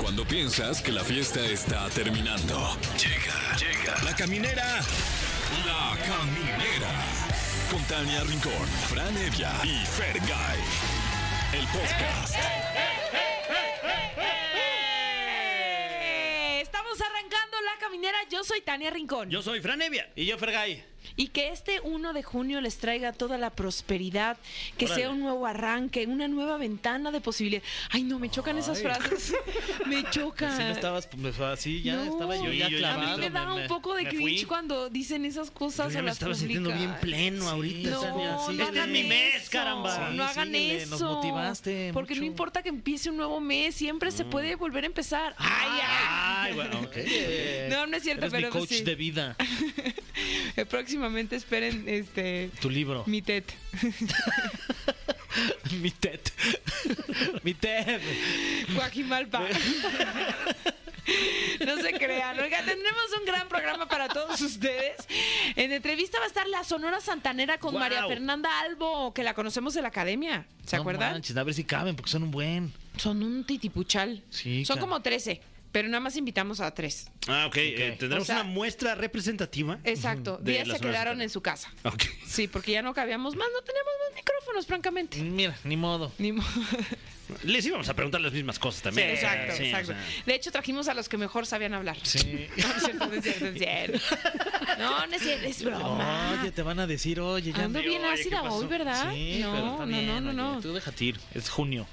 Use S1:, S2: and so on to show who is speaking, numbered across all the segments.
S1: Cuando piensas que la fiesta está terminando. Llega, llega. La caminera. La caminera. Con Tania Rincón, Fran Evia y Fergay. El podcast.
S2: Eh, Estamos arrancando la caminera. Yo soy Tania Rincón.
S3: Yo soy Fran Evia.
S4: Y yo, Fergay.
S2: Y que este 1 de junio les traiga toda la prosperidad, que
S3: Órale.
S2: sea un nuevo arranque, una nueva ventana de posibilidad. Ay, no, me chocan esas
S4: Ay.
S2: frases. Me chocan.
S4: Si no estabas, pues así ya
S2: No,
S4: estaba yo ya
S3: Sí, yo ya
S2: A
S4: clavado.
S2: mí me da
S3: me-
S2: un poco de
S4: me
S2: cringe
S4: fui.
S2: cuando dicen esas cosas
S3: Yo ya
S2: o
S3: me
S2: las
S3: estaba sintiendo bien
S2: publican.
S3: pleno ahorita,
S2: No,
S3: Tania.
S2: no
S3: Síguele.
S2: hagan
S3: Este es mi mes,
S2: eso.
S3: caramba.
S2: No
S4: Sí,
S2: hagan
S4: síguele,
S2: eso.
S4: nos motivaste
S2: Porque no
S4: mucho.
S2: importa que empiece un nuevo mes, siempre se puede volver a empezar. Ay,
S3: Mm. Ay, bueno, ok.
S2: No, no es cierto,
S4: Eres mi
S2: pero
S4: coach
S2: sí.
S4: de vida,
S2: ay. Próximamente esperen este
S4: tu libro.
S2: mi TED.
S4: Mi TED. Mi TED.
S2: Guajimalpa. No se crean. Oiga, tendremos un gran programa para todos ustedes. En entrevista va a estar la Sonora Santanera con
S3: Guau.
S2: María Fernanda Albo, que la conocemos de la academia. ¿Se
S4: No
S2: acuerdan?
S4: manches, a ver si caben, porque son un buen.
S2: Son un titipuchal.
S4: Sí,
S2: Son
S4: claro.
S2: como 13, pero nada más invitamos a 3.
S3: Ah, ok. eh, tendremos
S2: O sea- eh,
S3: una muestra representativa.
S2: Exacto.
S3: De
S2: 10
S3: la
S2: se
S3: zona
S2: quedaron
S3: central.
S2: en su casa.
S3: Ok.
S2: Sí, porque ya no cabíamos más, no teníamos más micrófonos, francamente.
S4: Mira, ni modo.
S2: Ni modo.
S3: Les íbamos a preguntar las mismas cosas también. o sea,
S2: exacto,
S3: sí, o
S2: exacto.
S3: sea.
S2: De hecho, trajimos a los que mejor sabían hablar.
S4: Sí.
S2: No, no es cierto, no es cierto, no es cierto. No, no es cierto, es broma.
S4: Oye, te van a decir, oye, ya
S2: Ando
S4: no.
S2: bien
S3: oye, ¿qué
S2: ácida
S3: pasó?
S2: hoy, ¿verdad?
S4: Sí,
S2: no,
S4: pero está
S2: no,
S4: bien,
S2: no, no,
S4: oye,
S2: no.
S4: Tú déjate ir, es junio.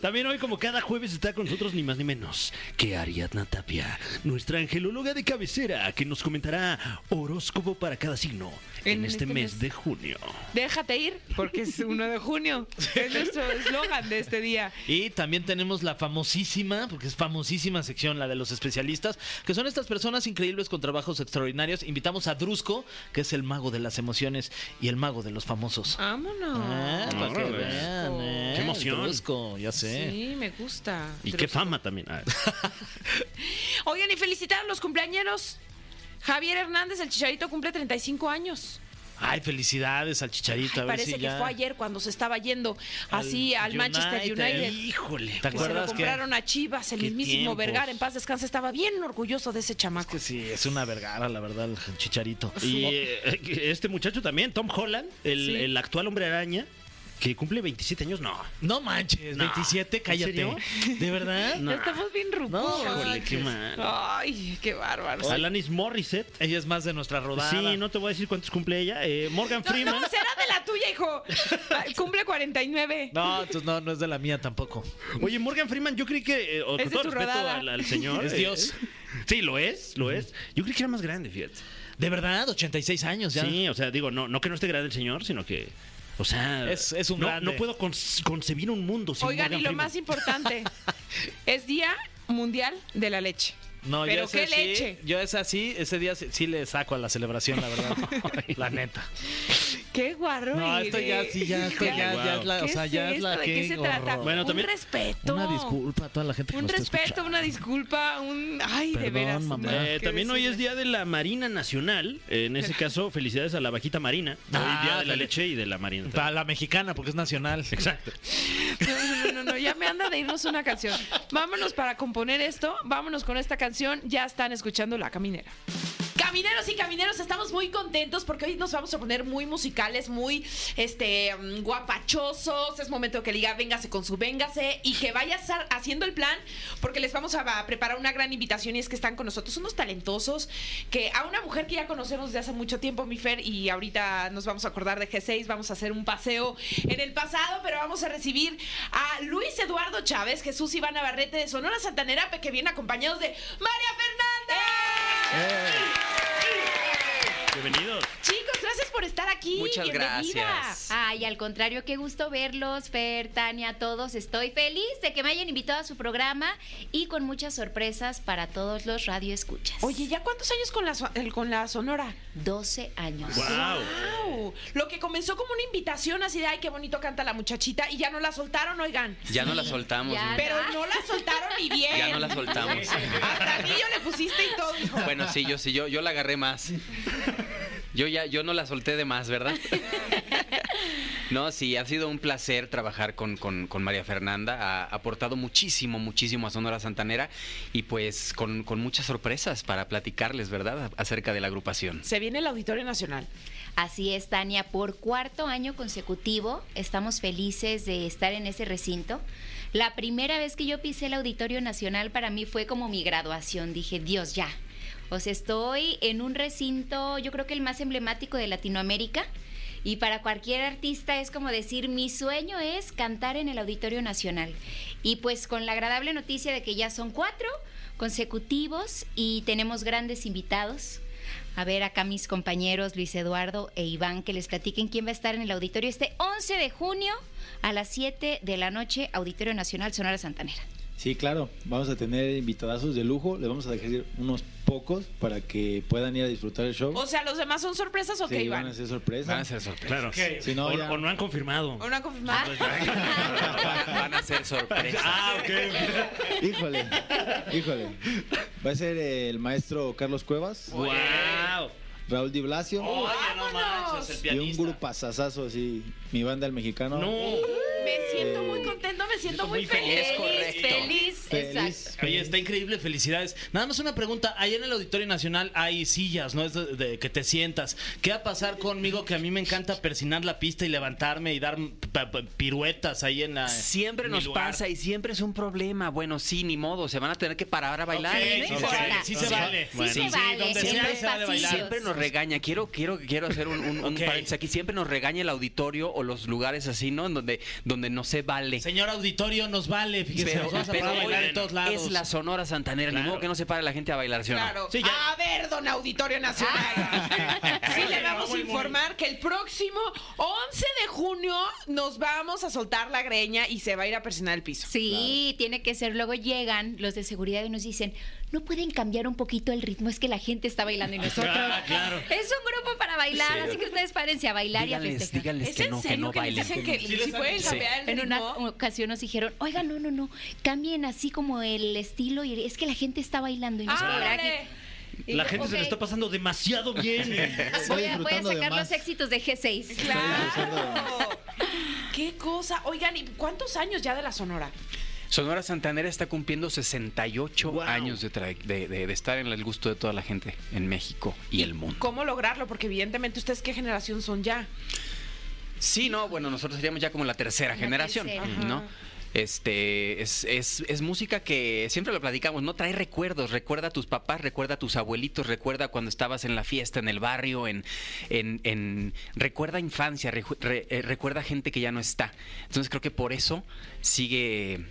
S3: También hoy, como cada jueves, está con nosotros ni más ni menos que Ariadna Tapia, nuestra angelóloga de cabecera, que nos comentará horóscopo para cada signo en, este, mes, de junio.
S2: Déjate ir, porque es 1 de junio. Es nuestro eslogan de este día.
S4: Y también tenemos la famosísima, porque es famosísima sección, la de los especialistas, que son estas personas increíbles con trabajos extraordinarios. Invitamos a Drusco, que es el mago de las emociones y el mago de los famosos.
S2: Vámonos.
S4: Ah, para que
S3: Órale.
S4: vean, ¿eh?
S3: Qué emoción.
S4: Drusco, ya sé.
S2: Sí, me gusta.
S3: Y qué fama también. Ah,
S2: Oigan, y felicitar a los cumpleañeros. Javier Hernández, el chicharito, cumple 35 años.
S4: Ay, felicidades al
S2: Ay,
S4: Chicharito. a ver
S2: parece
S4: si
S2: que
S4: ya-
S2: fue ayer cuando se estaba yendo
S4: Al
S2: así al Manchester
S4: United.
S2: United.
S3: Híjole.
S4: ¿Te
S2: Que se lo
S4: acuerdas que-
S2: compraron a Chivas, el
S4: qué
S2: mismísimo
S4: tiempos?
S2: Vergara, en paz descansa, estaba bien orgulloso de ese chamaco.
S4: Que sí, es una vergara, la verdad, el Chicharito.
S3: Y eh, este muchacho también, Tom Holland, el,
S2: Sí.
S3: el actual hombre araña, que cumple 27 años, no.
S4: No manches,
S3: No,
S4: 27,
S3: ¿en
S4: cállate.
S3: serio?
S4: ¿De verdad?
S3: No.
S2: Estamos bien rucos.
S4: No,
S3: Híjole, qué mal.
S2: Ay, qué bárbaro.
S3: Alanis Morissette.
S4: Ella es más de nuestra rodada.
S3: Sí, no te voy a decir cuántos cumple ella. Eh, Morgan
S2: No,
S3: Freeman.
S2: no, será de la tuya, hijo. Ay, Cumple 49.
S4: No, entonces no, no es de la mía tampoco.
S3: Oye, Morgan Freeman, yo creí que. eh, o-
S2: Es
S3: con
S2: de
S3: todo
S2: tu
S3: respeto
S2: rodada.
S3: al, al señor.
S4: Es
S3: eh,
S4: Dios.
S3: sí, lo es, lo es. Yo creí que era más grande, fíjate.
S4: De verdad, 86 años ya.
S3: Sí, o sea, digo, no, no que no esté grande el señor, sino que. O sea.
S4: Es- es un
S3: no,
S4: grande.
S3: No puedo con- concebir un mundo sin
S2: Oigan,
S3: Morgan
S2: y lo
S3: Freeman.
S2: más importante, es Día Mundial de la Leche.
S4: No, yo
S2: Pero
S4: ese
S2: qué
S4: sí,
S2: leche.
S4: Yo es así, ese día sí, sí le saco a la celebración, la verdad. la neta.
S2: Qué guarro.
S4: No,
S2: eres.
S4: esto ya sí, ya, esto ya,
S3: Wow.
S4: ya es la, o
S2: ¿Qué
S4: sea,
S2: es
S4: ya es la
S2: esto? ¿De
S4: que
S2: qué se trata?
S3: Bueno, también-
S2: un respeto.
S4: Una disculpa a toda la gente que
S2: Un
S4: nos está
S2: respeto,
S4: escuchando.
S2: una disculpa, un... Ay, de
S4: Perdón,
S2: veras.
S4: mamá.
S2: no,
S3: Eh,
S2: qué
S3: también hoy
S2: decirle.
S3: es día de la Marina Nacional. En ese caso, felicidades a la vaquita marina. Hoy
S4: Ah,
S3: día de la
S4: feliz-
S3: leche y de la marina.
S4: Para la mexicana, porque es nacional.
S3: Exacto.
S2: No, no, no, no, ya me anda de irnos una canción. Vámonos para componer esto, vámonos con esta canción. Ya están escuchando La Caminera. Camineros y camineros, estamos muy contentos porque hoy nos vamos a poner muy musicales, muy este mm, guapachosos. Es momento que diga véngase con su véngase y que vaya a estar haciendo el plan porque les vamos a, a preparar una gran invitación y es que están con nosotros unos talentosos que a una mujer que ya conocemos desde hace mucho tiempo, mi Fer, y ahorita nos vamos a acordar de G6, vamos a hacer un paseo en el pasado, pero vamos a recibir a Luis Eduardo Chávez, Jesús Iván Navarrete de Sonora Santanera, que vienen acompañados de María Fernanda.
S3: Bienvenidos.
S2: Chicos, gracias por estar aquí.
S5: Muchas
S2: Bienvenida.
S5: gracias.
S6: Ay, al contrario, qué gusto verlos, Fer, Tania, todos. Estoy feliz de que me hayan invitado a su programa y con muchas sorpresas para todos los radioescuchas.
S2: Oye, ¿ya cuántos años con la, so- el- con la Sonora?
S6: 12 años.
S3: Wow.
S2: ¡Wow! Lo que comenzó como una invitación así de, ay, qué bonito canta la muchachita, y ya no la soltaron, oigan.
S5: Ya no la soltamos.
S6: Ya
S5: Ah, ¿no?
S2: Pero no la soltaron ni bien.
S5: Ya no la soltamos.
S2: Hasta anillo le pusiste y todo, hijo.
S5: Bueno, sí, yo sí, yo, yo la agarré más. Yo ya, yo no la solté de más, ¿verdad? No, sí, ha sido un placer trabajar con, con- con María Fernanda. Ha ha aportado muchísimo, muchísimo a Sonora Santanera y pues con, con muchas sorpresas para platicarles, ¿verdad? Acerca de la agrupación.
S2: Se viene el Auditorio Nacional.
S6: Así es, Tania, por cuarto año consecutivo estamos felices de estar en ese recinto. La primera vez que yo pisé el Auditorio Nacional para mí fue como mi graduación. Dije, Dios, ya. O sea, estoy en un recinto, yo creo que el más emblemático de Latinoamérica. Y para cualquier artista es como decir, mi sueño es cantar en el Auditorio Nacional. Y pues con la agradable noticia de que ya son cuatro consecutivos y tenemos grandes invitados. A ver acá mis compañeros Luis Eduardo e Iván que les platiquen quién va a estar en el auditorio este 11 de junio a las 7 de la noche, Auditorio Nacional Sonora Santanera.
S7: Sí, claro, vamos a tener invitadazos de lujo, les vamos a dejar unos pocos para que puedan ir a disfrutar el show.
S2: O sea, ¿los demás son sorpresas o qué,
S7: Sí, van
S2: Iván?
S7: a ser sorpresas.
S5: Van a ser sorpresas.
S3: Claro.
S7: Si no,
S3: o,
S7: ya-
S3: o no han confirmado.
S2: ¿Una confirmada?
S6: Ah,
S5: Van a ser sorpresas.
S3: Ah, ok.
S7: Híjole, híjole. Va a ser el maestro Carlos Cuevas,
S4: ¡Wow!
S7: Raúl Di Blasio
S3: Oh,
S4: no manches, el
S7: y un grupo asasazo así, mi banda el mexicano.
S4: No.
S2: Me siento
S7: Eh,
S2: muy contento, me siento muy
S4: muy feliz,
S2: feliz.
S5: correcto.
S6: feliz,
S7: Feliz.
S4: Oye, está increíble, felicidades. Nada más una pregunta, allá en el Auditorio Nacional hay sillas, ¿no? Es de, de que te sientas. ¿Qué va a pasar conmigo que a mí me encanta persinar la pista y levantarme y dar pa- pa- piruetas ahí en la...
S5: Siempre
S4: en mi
S5: nos
S4: lugar?
S5: pasa y siempre es un problema. Bueno, sí, ni modo, se van a tener que parar a bailar. ¿eh?
S6: No
S4: Ok, sí,
S6: importa.
S4: se- sí se
S6: Sí,
S4: vale.
S6: sí se vale,
S4: donde
S6: sí,
S4: sea,
S6: hay
S4: se vale bailar.
S6: pasillos.
S5: Siempre nos regaña. Quiero, quiero, quiero hacer un, un, un
S4: Ok.
S5: paréntesis aquí. Siempre nos regaña el auditorio o los lugares así, ¿no? En donde, donde no se vale.
S4: Señor auditorio, nos vale, fíjese,
S5: Pero-
S4: nos vamos a
S5: pero
S4: parar a bailar
S5: hoy
S4: en todos lados.
S5: Es la Sonora Santanera, ni
S4: Claro.
S5: modo que no se pare la gente a bailar, ¿sí Ah. o no?
S2: Claro.
S4: Sí, ya.
S2: A ver, don Auditorio Nacional. sí, le vamos a informar que el próximo 11 de junio nos vamos a soltar la greña y se va a ir a presionar el piso.
S6: Sí, tiene que ser. Luego llegan los de seguridad y nos dicen, no pueden cambiar un poquito el ritmo, es que la gente está bailando y nosotros.
S4: Ah, claro.
S6: Es un grupo para bailar,
S5: Sí.
S6: así que ustedes párense a bailar y a
S5: Díganles,
S6: festejar.
S5: díganles
S2: ¿Es
S5: que
S2: en
S5: no, que
S2: serio
S5: no
S2: que, les
S5: bailen.
S2: dicen que si pueden
S5: Sí.
S2: cambiar el
S6: En una
S2: ritmo? Ah,
S6: ocasión nos dijeron, oiga, no, no, no, cambien así como el estilo y es que la gente está bailando y no
S2: Ah, órale.
S3: La gente se le está pasando demasiado bien.
S7: Estoy
S6: Voy a, voy a
S7: disfrutando de
S6: sacar
S7: más.
S6: los éxitos de G6.
S2: Claro. Qué cosa. Oigan, ¿y cuántos años ya de la Sonora?
S5: Sonora Santanera está cumpliendo 68
S3: Wow.
S5: años de, tra- de- de- de estar en el gusto de toda la gente en México y el mundo.
S2: ¿Cómo lograrlo? Porque evidentemente ustedes qué generación son ya.
S5: Sí, no, bueno, nosotros seríamos ya como la tercera
S6: La
S5: generación,
S6: tercera.
S5: ¿no? Este, es, es- es música que siempre lo platicamos, ¿no? Trae recuerdos, recuerda a tus papás, recuerda a tus abuelitos, recuerda cuando estabas en la fiesta, en el barrio, en, en, en- recuerda infancia, reju- re- eh, recuerda gente que ya no está. Entonces creo que por eso sigue,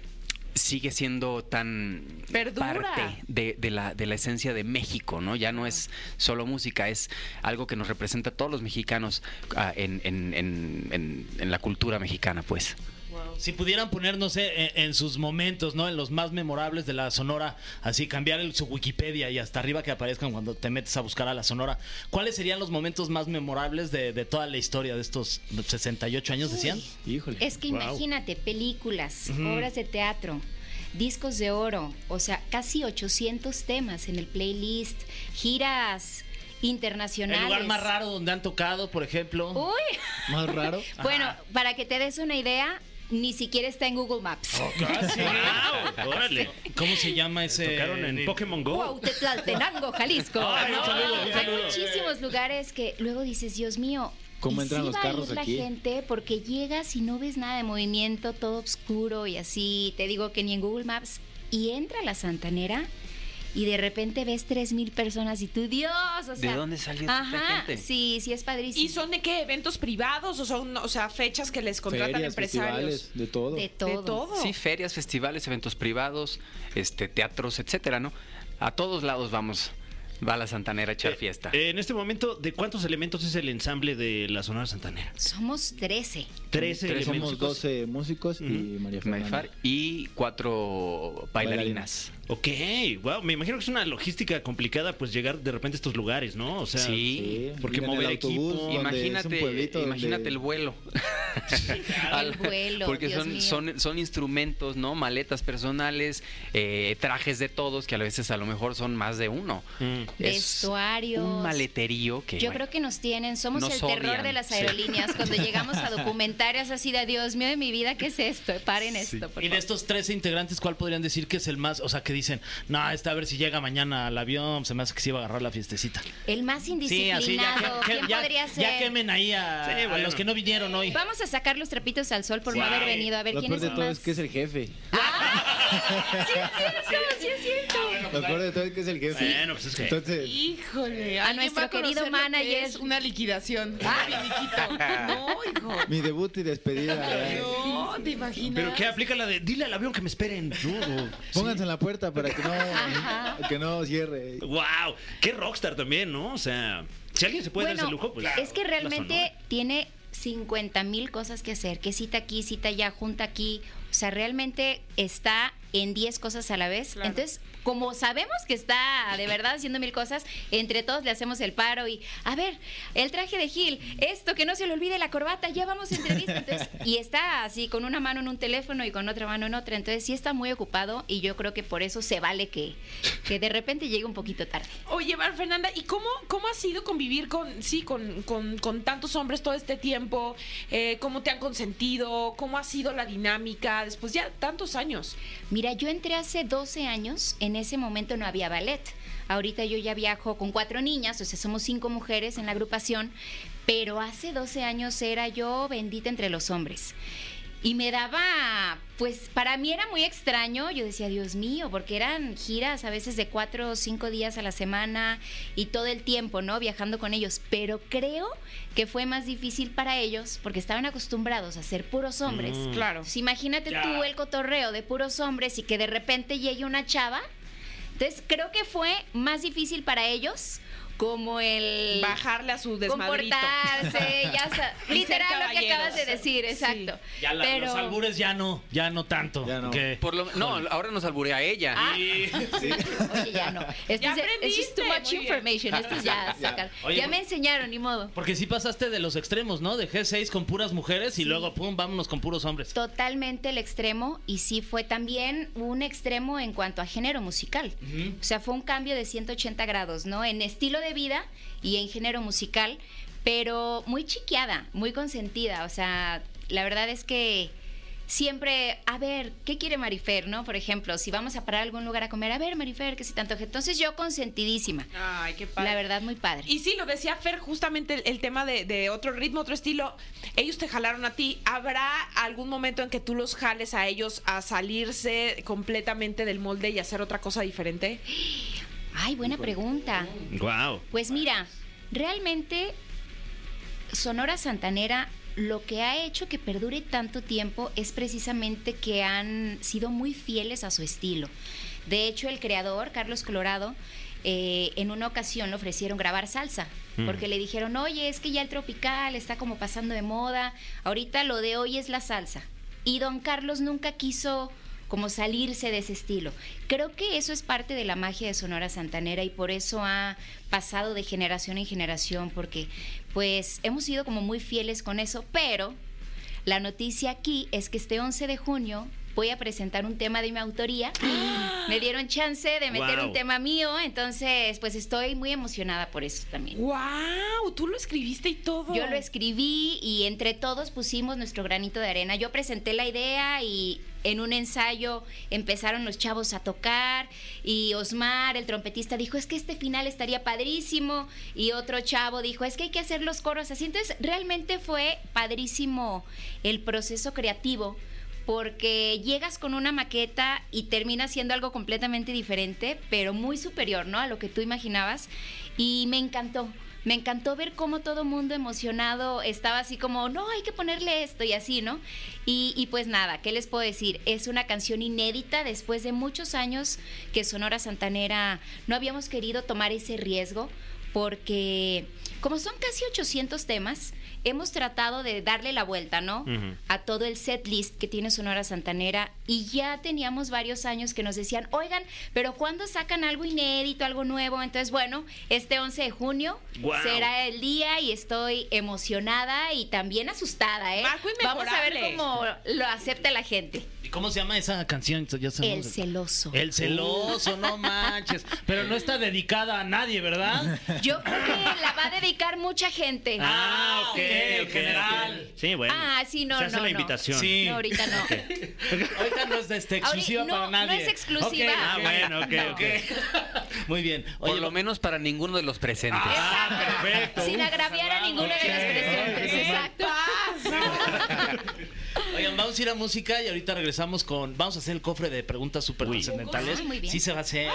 S5: sigue siendo tan
S2: Perdura.
S5: parte de, de la, de la esencia de México, ¿no? Ya no es solo música, es algo que nos representa a todos los mexicanos ah, en, en- en- en- en la cultura mexicana, pues.
S4: Si pudieran ponernos eh, en, en sus momentos, ¿no? En los más memorables de la Sonora, así cambiar el- su Wikipedia y hasta arriba que aparezcan cuando te metes a buscar a la Sonora, ¿cuáles serían los momentos más memorables de, de toda la historia de estos 68 años, decían?
S7: Híjole.
S6: Es que imagínate, películas, obras de teatro, discos de oro, o sea, casi 800 temas en el playlist, giras internacionales.
S4: El lugar más raro donde han tocado, por ejemplo.
S6: Uy,
S7: Más raro.
S6: bueno, para que te des una idea, ni siquiera está en Google Maps.
S4: Casi. Órale. ¿Cómo se llama ese?
S3: Tocaron en Pokémon Go.
S6: Cuauhteplaltenango, Jalisco.
S3: Ay,
S6: Ah, No,
S3: un saludo, un
S6: hay
S3: saludo.
S6: muchísimos lugares que luego dices, Dios mío,
S7: ¿Cómo
S6: ¿y
S7: entran
S6: sí
S7: los
S6: va a
S7: carros
S6: ir la
S7: aquí?
S6: gente? Porque llegas y no ves nada de movimiento, todo oscuro y así. Te digo que ni en Google Maps. Y entra la Santanera y de repente ves 3.000 personas y tú, Dios, o sea...
S5: ¿De dónde salió tanta
S6: Ajá,
S5: gente?
S6: sí, sí es padrísimo.
S2: ¿Y son de qué? ¿Eventos privados o son, o sea, fechas que les contratan
S7: Ferias,
S2: empresarios?
S7: festivales, de todo.
S6: de todo.
S2: De todo.
S5: Sí, ferias, festivales, eventos privados, este, teatros, etcétera, ¿no? A todos lados vamos, va la Santanera a echar fiesta.
S3: Eh, en este momento, ¿de cuántos elementos es el ensamble de la Sonora Santanera?
S6: Somos 13.
S4: Mm,
S3: Trece
S5: Tres
S3: elementos.
S7: Somos 12 músicos y
S3: Ujú.
S7: María
S5: Maifar
S7: Fernanda.
S5: y cuatro bailarinas.
S3: Ok, wow, me imagino que es una logística complicada pues llegar de repente a estos lugares, ¿no? O sea,
S5: Sí.
S3: Porque
S7: y en el
S3: mover
S7: autobús,
S3: equipo.
S7: donde es un
S5: Imagínate,
S7: pueblito donde-
S5: imagínate el vuelo. Al-
S6: El vuelo,
S5: Porque
S6: Dios
S5: son,
S6: mío.
S5: son, son instrumentos, ¿no? Maletas personales, eh, trajes de todos, que a veces a lo mejor son más de uno.
S3: Mm.
S6: vestuarios.
S5: un maleterío que.
S6: Yo
S5: bueno,
S6: creo que nos tienen, somos
S5: Nos
S6: el terror
S5: odian,
S6: de las
S5: sí.
S6: aerolíneas. Cuando llegamos a documentarias así de Dios mío de mi vida, ¿qué es esto? Paren esto, por
S4: Y de
S6: favor.
S4: estos 13 integrantes, ¿cuál podrían decir que es el más? O sea, que dicen, no, esta a ver si llega mañana al avión, se me hace que se iba a agarrar la fiestecita.
S6: El más indisciplinado,
S4: que-
S6: ¿quién
S4: ya-
S6: podría ser?
S4: ya quemen ahí a,
S5: Sí,
S4: a
S5: bueno.
S4: los que no vinieron hoy.
S6: Vamos a sacar los trapitos al sol por no haber venido. A ver
S7: Lo
S6: quién
S7: peor
S6: es
S7: de
S6: el
S7: todo
S6: más.
S7: es que es el jefe.
S6: Sí, es cierto, sí es cierto.
S2: Ah,
S7: Lo peor de todo es que es el jefe.
S3: Bueno, pues es que-
S7: Entonces,
S2: Híjole,
S6: A
S2: Eh, ¿alguien
S6: nuestro
S2: va conocer
S6: querido
S2: lo que
S6: manager.
S2: Es una liquidación. Ah, no, hijo.
S7: mi debut y despedida. ¿eh?
S2: No, te imaginas.
S3: Pero que aplica la de, dile al avión que me esperen. No,
S7: Pónganse en la puerta para que
S6: Ajá.
S7: no, que no cierre.
S3: Wow, qué rockstar también, ¿no? O sea, si alguien se puede
S6: bueno,
S3: dar ese lujo, pues
S6: es que
S3: la
S6: realmente
S3: Sonora.
S6: tiene 50 mil cosas que hacer, que cita aquí, cita allá, junta aquí. O sea, realmente está en 10 cosas a la vez.
S2: Claro.
S6: Entonces, como sabemos que está de verdad haciendo mil cosas, entre todos le hacemos el paro y, a ver, el traje de Gil, esto, que no se le olvide la corbata, ya vamos a entrevista. Entonces, y está así, con una mano en un teléfono y con otra mano en otra. Entonces, sí está muy ocupado y yo creo que por eso se vale que, que de repente llegue un poquito tarde.
S2: Oye, Mar Fernanda, ¿y cómo, cómo ha sido convivir con, sí, con, con, con tantos hombres todo este tiempo? Eh, ¿Cómo te han consentido? ¿Cómo ha sido la dinámica después ya tantos años?
S6: Mira, yo entré hace 12 años, en ese momento no había ballet. Ahorita yo ya viajo con cuatro niñas, o sea, somos cinco mujeres en la agrupación, pero hace 12 años era yo bendita entre los hombres. Y me daba, pues para mí era muy extraño, yo decía, Dios mío, porque eran giras a veces de cuatro o cinco días a la semana y todo el tiempo, ¿no? Viajando con ellos. Pero creo que fue más difícil para ellos porque estaban acostumbrados a ser puros hombres.
S3: Mm.
S2: Claro.
S6: Pues imagínate tú el cotorreo de puros hombres y que de repente llegue una chava. Entonces creo que fue más difícil para ellos como el
S2: Bajarle a su desmadrito.
S6: comportarse, ya sa-
S2: Y ser
S6: literal lo que acabas de
S2: caballeros.
S6: decir,
S2: Sí.
S6: exacto.
S4: Ya la-
S6: Pero
S4: los albures ya no, ya no tanto.
S7: Ya no.
S4: que-
S5: Por lo, no, ahora nos alburea ella.
S6: Ah.
S4: Y-
S6: oye, ya no. Esto
S2: Ya
S6: es, esto es too
S2: aprendiste,
S6: much
S2: muy bien.
S6: information, esto es ya sacar.
S4: Oye, pues-
S6: ya me enseñaron, ni modo.
S4: Porque sí pasaste de los extremos, ¿no? De G6 con puras mujeres y luego, pum, vámonos con puros hombres.
S6: Totalmente el extremo y sí fue también un extremo en cuanto a género musical. O sea, fue un cambio de 180 grados, ¿no? En estilo de vida y en género musical, pero muy chiqueada, muy consentida. O sea, la verdad es que siempre, a ver, ¿qué quiere Marifer, no? Por ejemplo, si vamos a parar a algún lugar a comer, a ver, Marifer, que si tanto. Entonces yo consentidísima.
S2: Ay, qué padre.
S6: La verdad, muy padre.
S2: Y sí, lo decía Fer, justamente el, el tema de, de otro ritmo, otro estilo. Ellos te jalaron a ti. ¿Habrá algún momento en que tú los jales a ellos a salirse completamente del molde y hacer otra cosa diferente?
S6: Ay, buena pregunta.
S3: Wow.
S6: Pues mira, realmente Sonora Santanera lo que ha hecho que perdure tanto tiempo es precisamente que han sido muy fieles a su estilo. De hecho, el creador, Carlos Colorado, eh, en una ocasión le ofrecieron grabar salsa, porque le dijeron, oye, es que ya el tropical está como pasando de moda, ahorita lo de hoy es la salsa. Y don Carlos nunca quiso como salirse de ese estilo. Creo que eso es parte de la magia de Sonora Santanera y por eso ha pasado de generación en generación, porque pues hemos sido como muy fieles con eso, pero la noticia aquí es que este 11 de junio voy a presentar un tema de mi autoría. Me dieron chance de meter
S3: Wow.
S6: un tema mío, entonces pues estoy muy emocionada por eso también.
S2: ¡Wow! Tú lo escribiste y todo.
S6: Yo lo escribí y entre todos pusimos nuestro granito de arena. Yo presenté la idea y en un ensayo empezaron los chavos a tocar y Osmar, el trompetista, dijo, es que este final estaría padrísimo. Y otro chavo dijo, es que hay que hacer los coros así. Entonces, realmente fue padrísimo el proceso creativo porque llegas con una maqueta y termina siendo algo completamente diferente, pero muy superior, ¿no? A lo que tú imaginabas. Y me encantó. Me encantó ver cómo todo mundo emocionado estaba así como, no, hay que ponerle esto y así, ¿no? Y, y pues nada, ¿qué les puedo decir? Es una canción inédita después de muchos años que Sonora Santanera no habíamos querido tomar ese riesgo porque como son casi 800 temas, hemos tratado de darle la vuelta, ¿no?
S3: Ujú.
S6: A todo el set list que tiene Sonora Santanera y ya teníamos varios años que nos decían, oigan, pero ¿cuándo sacan algo inédito, algo nuevo? Entonces, bueno, este 11 de junio
S3: Guau.
S6: será el día y estoy emocionada y también asustada, ¿eh?
S2: Marco
S6: Vamos a ver
S2: inmejorable.
S6: cómo lo acepta la gente.
S4: ¿Y cómo se llama esa canción? Ya
S6: El
S4: sabemos.
S6: celoso.
S4: El celoso, no manches. Pero no está dedicada a nadie, ¿verdad?
S3: Ah,
S6: Yo creo que la va a dedicar mucha gente.
S4: Ah, ok, en
S3: ok,
S4: general.
S3: ok. Sí, bueno.
S6: Ah, sí, no,
S3: Se hace
S6: no,
S3: la
S6: no.
S3: invitación.
S4: Sí.
S6: No, ahorita no.
S4: Ahorita no es
S6: Ahorita-
S4: este, exclusiva
S6: no,
S4: para nadie.
S6: no es exclusiva.
S4: Ok,
S6: Ah,
S3: bueno, ok,
S4: no.
S3: ok.
S4: Muy bien.
S5: Por
S4: Oye,
S5: lo Ah, menos para ninguno de los presentes.
S4: Ah,
S6: Exacto. Sin agraviar a ninguno de los presentes. Exacto.
S2: Ah.
S4: Oigan, vamos a ir a música y ahorita regresamos con. Vamos a hacer el cofre de preguntas súper trascendentales.
S6: Ah, muy bien.
S4: Sí, se va a hacer.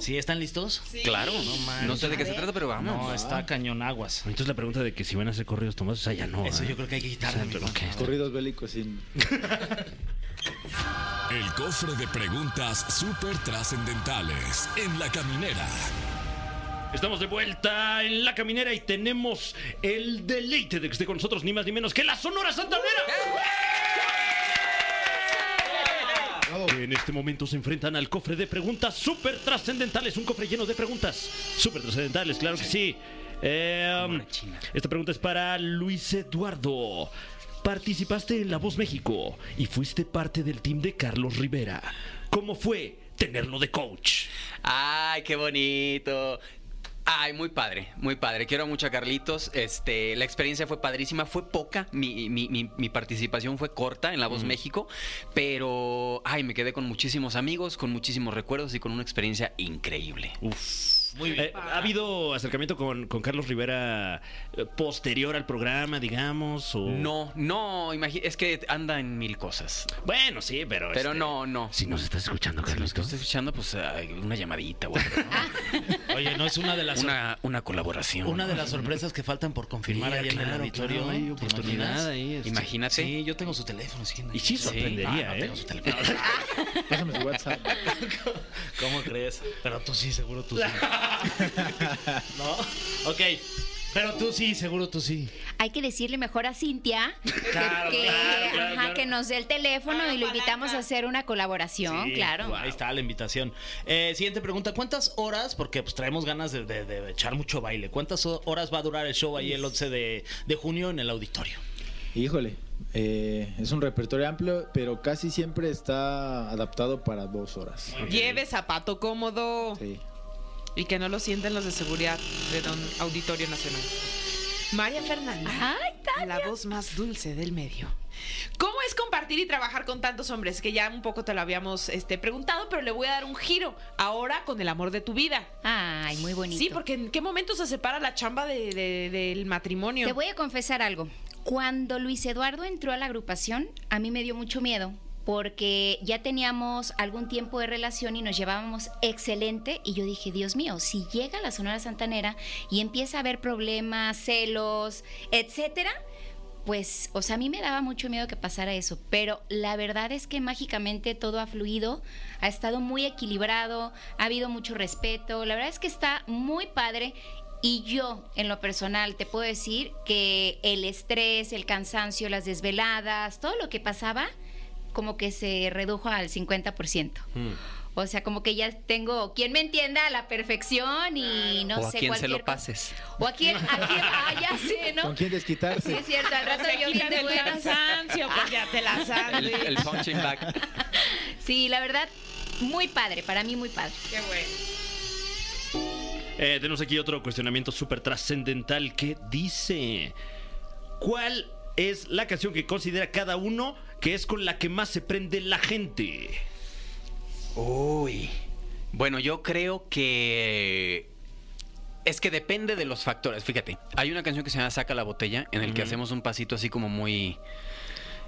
S4: ¿Sí? ¿Están listos?
S5: Claro.
S4: No
S5: No,
S4: manches.
S5: sé de qué se trata, pero vamos.
S4: No, está cañón aguas.
S3: Entonces la pregunta de que si van a hacer corridos tomados, o sea, ya no.
S4: Eso
S3: ¿eh?
S4: yo creo que hay que quitarle.
S3: Exacto,
S4: amigo.
S3: ok.
S7: Corridos bélicos sin.
S1: El cofre de preguntas súper trascendentales en la caminera.
S3: Estamos de vuelta en la caminera y tenemos el deleite de que esté con nosotros ni más ni menos que la Sonora Santanera. Que en este momento se enfrentan al cofre de preguntas súper trascendentales. Un cofre lleno de preguntas súper trascendentales, claro que sí. Eh, esta pregunta es para Luis Eduardo. Participaste en La Voz México y fuiste parte del team de Carlos Rivera. ¿Cómo fue tenerlo de coach?
S5: Ay, qué bonito. Ay, muy padre, muy padre. Quiero mucho a Carlitos. Este, la experiencia fue padrísima, fue poca. Mi, mi- mi- mi participación fue corta en La Voz México, pero ay, me quedé con muchísimos amigos, con muchísimos recuerdos y con una experiencia increíble.
S3: Uf. Eh, ¿Ha habido acercamiento con, con Carlos Rivera eh, posterior al programa, digamos?
S5: Oh.
S3: O...
S5: No, no, imagi- es que anda en mil cosas.
S3: Bueno, sí, pero.
S5: Pero
S3: este,
S5: no, no.
S3: Si nos estás escuchando,
S5: Si
S3: Carlos.
S5: los que estás escuchando, Pues pues ay, una llamadita, o algo, ¿no?
S4: Oye, no es una de las.
S5: una, una colaboración.
S4: Una de las sorpresas que faltan por confirmar
S3: Mira,
S4: ahí en el
S3: claro,
S4: auditorio.
S3: claro, hay
S4: ¿eh? ¿Te
S3: oportunidad
S4: imaginas?
S3: ahí, este.
S5: Imagínate.
S4: Sí, yo tengo su teléfono. sí,
S3: Y sí
S4: imagínate.
S3: sorprendería,
S4: Ah, no
S3: ¿eh?
S4: tengo su teléfono.
S7: Pásame tu WhatsApp.
S4: ¿Cómo crees? Pero tú sí, seguro tú sí. ¿No? Ok. Pero tú sí, seguro tú sí.
S6: Hay que decirle mejor a Cintia que,
S4: Claro,
S6: que-
S4: claro, claro,
S6: ajá,
S4: claro.
S6: que nos dé el teléfono
S2: Ah,
S6: y lo invitamos
S2: palanca.
S6: a hacer una colaboración,
S4: Sí,
S6: claro.
S4: guau, Ahí está la invitación. Eh, siguiente pregunta. ¿Cuántas horas, porque pues traemos ganas de, de- de echar mucho baile, cuántas ho- horas va a durar el show ahí el 11 de, de junio en el auditorio?
S7: Híjole, eh, es un repertorio amplio, pero casi siempre está adaptado para dos horas.
S2: Lleve zapato cómodo
S7: Sí.
S2: y que no lo sienten los de seguridad de Don Auditorio Nacional. María Fernanda.
S6: Ay, Tania.
S2: La voz más dulce del medio. ¿Cómo es compartir y trabajar con tantos hombres? Que ya un poco te lo habíamos este, preguntado, pero le voy a dar un giro. Ahora con el amor de tu vida.
S6: Ay, muy bonito.
S2: Sí, porque ¿en qué momento se separa la chamba de- de- del matrimonio?
S6: Te voy a confesar algo. Cuando Luis Eduardo entró a la agrupación, a mí me dio mucho miedo porque ya teníamos algún tiempo de relación y nos llevábamos excelente y yo dije, Dios mío, si llega la Sonora Santanera y empieza a haber problemas, celos, etcétera, pues, o sea, a mí me daba mucho miedo que pasara eso, pero la verdad es que mágicamente todo ha fluido, ha estado muy equilibrado, ha habido mucho respeto, la verdad es que está muy padre y yo, en lo personal, te puedo decir que el estrés, el cansancio, las desveladas, todo lo que pasaba, como que se redujo al 50%.
S5: Mm.
S6: O sea, como que ya tengo quien me entienda a la perfección y no
S5: o a
S6: sé
S5: quién se
S6: cualquier
S5: lo
S6: cosa.
S5: pases.
S6: O a quién, a quién, ah, ya sé, ¿no?
S7: ¿Con quién
S6: Sí,
S7: desquitarse?
S6: es cierto, al rato
S2: Te
S6: yo bien
S2: quitan
S6: de
S2: el
S6: buenas.
S2: cansancio, pues ya te la
S5: El,
S2: sabes.
S5: el punching back.
S6: Sí, la verdad, muy padre, para mí muy padre.
S2: Qué bueno.
S3: Eh, tenemos aquí otro cuestionamiento súper trascendental que dice: ¿Cuál es la canción que considera cada uno que es con la que más se prende la gente?
S5: Uy. Bueno, yo creo que. Es que depende de los factores. Fíjate, hay una canción que se llama Saca la botella, en el que hacemos un pasito así como muy.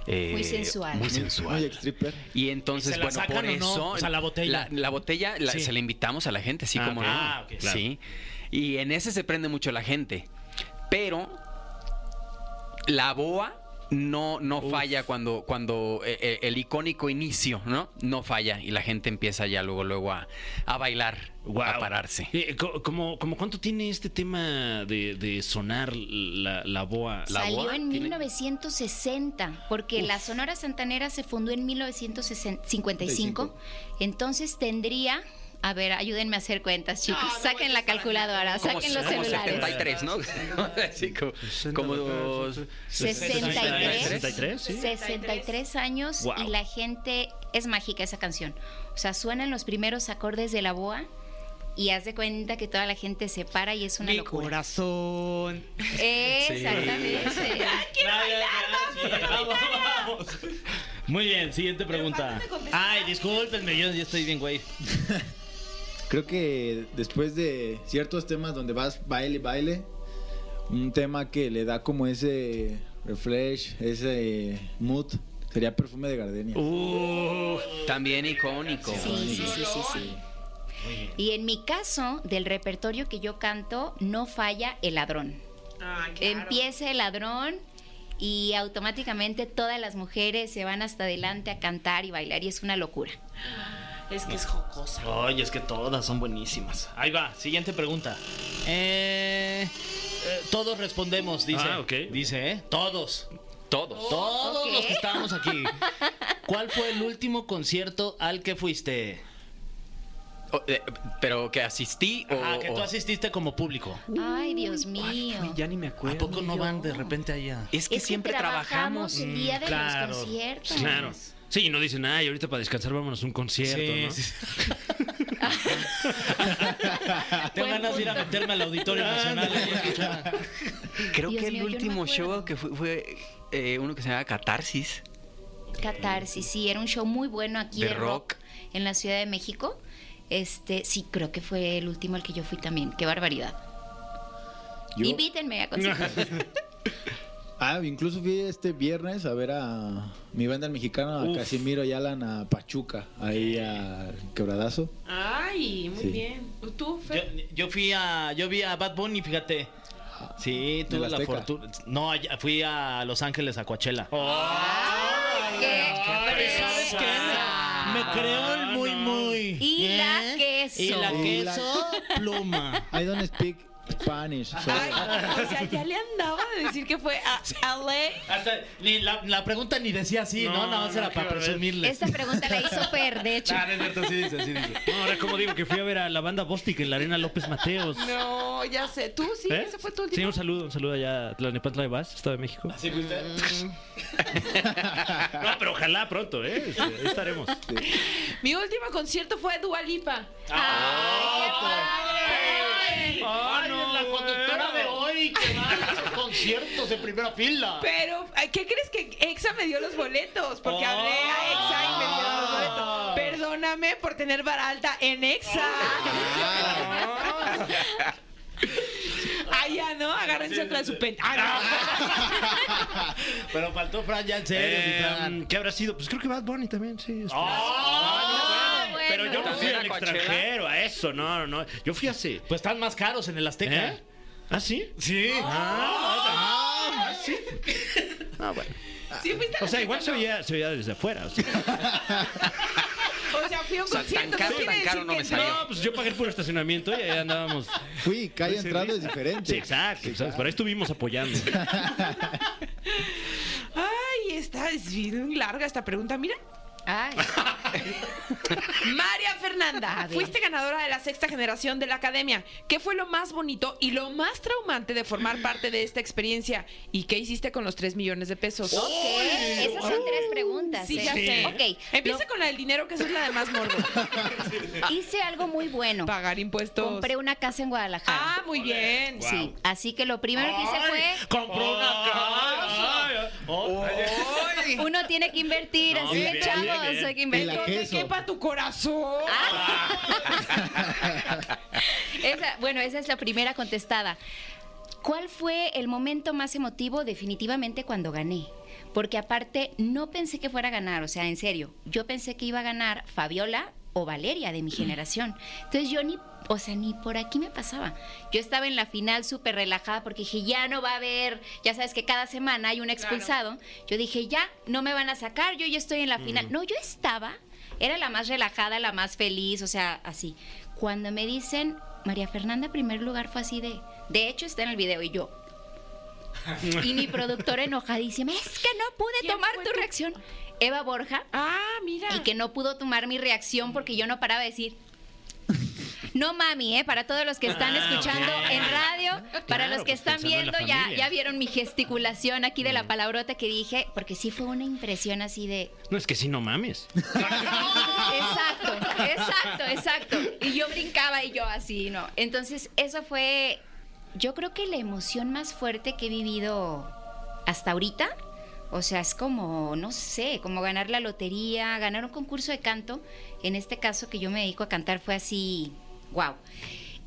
S5: eh,
S6: Muy sensual.
S5: Muy
S7: Oye,
S5: sensual.
S7: stripper.
S5: Y
S4: ¿Y
S5: entonces,
S4: se la
S5: bueno,
S4: sacan
S5: por
S4: o no?
S5: eso.
S4: O sea, la
S5: La,
S4: botella.
S5: la botella la-
S4: Sí.
S5: se la invitamos a la gente, sí,
S3: Ah,
S5: como
S3: ok.
S5: no.
S4: Ah, ok, claro.
S5: Sí. Y en ese se prende mucho la gente. Pero. La boa no, no falla cuando, cuando eh, eh, el icónico inicio, ¿no? No falla y la gente empieza ya luego, luego a, a bailar, a
S3: Guau.
S5: pararse.
S3: Eh, co- como, como cuánto tiene este tema de, de sonar la, la boa? ¿La
S6: Salió
S3: boa?
S6: en
S3: ¿Tiene?
S6: 1960, porque la Sonora Santanera se fundó en 1955. Entonces tendría, a ver, ayúdenme a hacer cuentas, chicos.
S2: No, no
S6: saquen la
S2: vuelves a la
S6: calculadora,
S5: Como,
S6: saquen los
S5: como
S6: celulares.
S5: 73, ¿no? Sí, como, como-
S6: 63.
S3: 63, sí.
S6: 63 años
S3: Wow.
S6: y la gente es mágica esa canción. O sea, suenan los primeros acordes de la boa y haz de cuenta que toda la gente se para y es una
S2: Mi
S6: locura.
S2: corazón.
S6: Exactamente.
S4: vamos, vamos. Muy bien, siguiente pregunta.
S2: falta de contestar.
S4: Ay, discúlpenme, yo, yo estoy bien, güey.
S7: Creo que después de ciertos temas donde vas baile, baile, un tema que le da como ese refresh, ese mood, sería perfume de gardenia.
S3: Uh,
S5: también icónico.
S6: Sí, sí, sí, sí, sí. Y en mi caso, del repertorio que yo canto, no falla el ladrón. Ah, Empieza el ladrón y automáticamente todas las mujeres se van hasta adelante a cantar y bailar y es una locura.
S2: Es que es jocosa.
S4: Ay, es que todas son buenísimas. Ahí va, siguiente pregunta. Eh, eh, todos respondemos, dice.
S3: Ah, ok.
S4: Dice, ¿eh? Todos.
S5: Todos.
S4: Todos
S6: ok.
S4: los que estábamos aquí. ¿Cuál fue el último concierto al que fuiste?
S5: O- eh, pero que asistí o.
S4: Ah, que tú
S5: o-
S4: asististe como público.
S6: Ay, Dios mío.
S5: Ya ni me
S4: ¿A
S5: acuerdo.
S4: poco no
S6: yo.
S4: van de repente allá?
S5: Es que
S6: Es que
S5: siempre trabajamos.
S6: trabajamos. El día de los
S3: claro,
S6: conciertos.
S3: Claro. Sí, no dicen, ay, ahorita para descansar vámonos a un concierto,
S4: Sí,
S3: ¿no?
S4: sí, sí. Tengo
S6: Buen
S4: ganas de ir a
S6: punto.
S4: meterme al Auditorio Nacional. ahí a escuchar.
S5: Creo
S6: Dios
S5: que el
S6: mío, yo no me
S5: último
S6: acuerdo.
S5: show al que fue, fue eh, uno que se llamaba Catarsis.
S6: Catarsis, sí, era un show muy bueno aquí
S5: De
S6: de rock.
S5: rock.
S6: en la Ciudad de México. Este, sí, creo que fue el último al que yo fui también. Qué barbaridad.
S7: Yo-
S6: Invítenme a conciertos.
S7: Ah, incluso fui este viernes a ver a mi banda mexicana, a
S3: Uf.
S7: Casimiro y Alan a Pachuca, ahí a Quebradazo.
S2: Ay, muy
S7: Sí.
S2: bien. ¿Tú,
S4: Yo,
S2: Fer?
S4: yo fui a. Yo vi a Bad Bunny, fíjate. Sí, tuve
S7: ¿En la
S4: la
S7: Azteca?
S4: fortuna. No, allá- fui a Los Ángeles a Coachella.
S6: ¡Qué
S4: Pero ¿sabes qué?
S6: fresa!
S4: Me, me creó el muy, muy.
S6: Ah, Y la queso.
S4: Y la
S7: Y la-
S4: queso pluma.
S7: I don't speak Spanish. so-
S2: Ay, o sea, ya le andaba de decir que fue a E. LA.
S4: Hasta ni la, la pregunta ni decía así, ¿no?
S3: No,
S4: Nada más
S3: no,
S4: era
S3: qué
S4: para
S3: barbaridad.
S4: presumirle.
S6: Esta pregunta la hizo Fer, de hecho.
S4: Ah, no es cierto, sí dice, sí dice.
S3: No, ahora, como digo que fui a ver a la banda Bostic en la Arena López Mateos?
S2: No, ya sé. ¿Tú sí?
S3: ¿Eh?
S2: ¿Ese fue tu
S3: Sí,
S2: último?
S3: un saludo, un saludo allá a Tlalnepantla de Vaz, Estado de México.
S4: ¿Sí fuiste?
S3: No, pero ojalá pronto, ¿eh? Este, Ahí estaremos.
S2: Mi último concierto fue Dua Lipa.
S6: ¡Ay, qué padre!
S3: Oh,
S4: ¡Ay, la conductora de hoy que va a los conciertos de primera fila!
S2: Pero, ay, ¿qué crees que Exa me dio los boletos? Porque hablé a Exa y me dieron los boletos. Perdóname por tener vara alta en Exa. Ah, ya, ¿no? Agárrense otra de su pen. Ah,
S4: Pero faltó Fran ya en serio, mi Fran.
S3: Eh, ¿Qué habrá sido? Pues creo que Bad Bunny también, sí. este.
S6: Ah, bueno.
S3: Pero yo no fui
S5: ¿También
S3: al
S5: a Coachella?
S3: extranjero, a eso, no, no. no. Yo fui hace.
S4: Pues están más caros en el Azteca.
S3: ¿Eh? ¿Ah, sí?
S4: Sí.
S3: Ah, ah, sí. Ah, bueno.
S2: no. Sí, fuiste a la
S3: O sea, igual se
S2: fiesta, ¿no?
S3: veía, se veía desde afuera. o sea.
S2: O sea, fui a un
S5: O sea, tan
S2: concierto.
S5: caro,
S2: no quiere
S5: tan caro
S2: decir
S5: no
S2: que
S5: me
S2: entré.
S5: salió.
S3: No, pues yo pagué el puro estacionamiento y ahí andábamos.
S7: Fui,
S4: Pues
S7: calle entrando es diferente.
S3: Sí, exacto. ¿sabes? Pero ahí estuvimos apoyando.
S2: Ay, está es bien larga esta pregunta, mira.
S6: Ay,
S2: María
S6: A
S2: Fernanda,
S6: ver.
S2: fuiste ganadora de la sexta generación de la academia. ¿Qué fue lo más bonito y lo más traumante de formar parte de esta experiencia? ¿Y qué hiciste con los 3 millones de pesos?
S6: ok. Esas son tres preguntas.
S2: Sí,
S6: ¿eh?
S2: ya sé.
S6: Ok.
S2: Empieza
S6: lo-
S2: con la del dinero, que esa es la de más morbo.
S6: hice algo muy bueno.
S2: Pagar impuestos.
S6: Compré una casa en Guadalajara.
S2: Ah, muy bien.
S3: Guau.
S6: Sí, así que lo primero que hice fue
S3: Compró una casa.
S6: uno tiene que invertir, así
S3: bien,
S6: que chavos,
S3: bien, bien.
S6: hay que
S7: Y la
S6: invertir.
S2: Que
S7: queso.
S2: quepa tu corazón.
S6: Esa- bueno, esa es la primera contestada. ¿Cuál fue el momento más emotivo? Definitivamente cuando gané. Porque aparte no pensé que fuera a ganar, o sea, en serio, yo pensé que iba a ganar Fabiola o Valeria de mi generación. Entonces yo ni, o sea, ni por aquí me pasaba. Yo estaba en la final súper relajada porque dije, ya no va a haber, ya sabes que cada semana hay un expulsado. Yo dije, ya, no me van a sacar, yo ya estoy en la final. No, yo estaba, era la más relajada, la más feliz, o sea, así. Cuando me dicen, María Fernanda, en primer lugar fue así de, de hecho está en el video y yo. Y mi productora enojadísima, es que no pude
S2: ¿Quién
S6: tomar
S2: fue
S6: tu
S2: tu-
S6: reacción. Eva Borja,
S2: Ah, mira.
S6: y que no pudo tomar mi reacción porque yo no paraba de decir. No mami, ¿eh? para todos los que están
S4: Ah,
S6: escuchando
S4: ok.
S6: en radio, para los que
S3: pues,
S6: están
S3: pensando en la
S6: viendo, ya,
S3: familia. Mm.
S6: ya vieron mi gesticulación aquí de la palabrota que dije, porque sí fue una impresión así de...
S3: No es que si no mames.
S6: Exacto, exacto, exacto. Y yo brincaba y yo así, ¿no? Entonces, eso fue, yo creo que la emoción más fuerte que he vivido hasta ahorita. O sea, es como, no sé, como ganar la lotería, ganar un concurso de canto. En este caso que yo me dedico a cantar fue así, wow.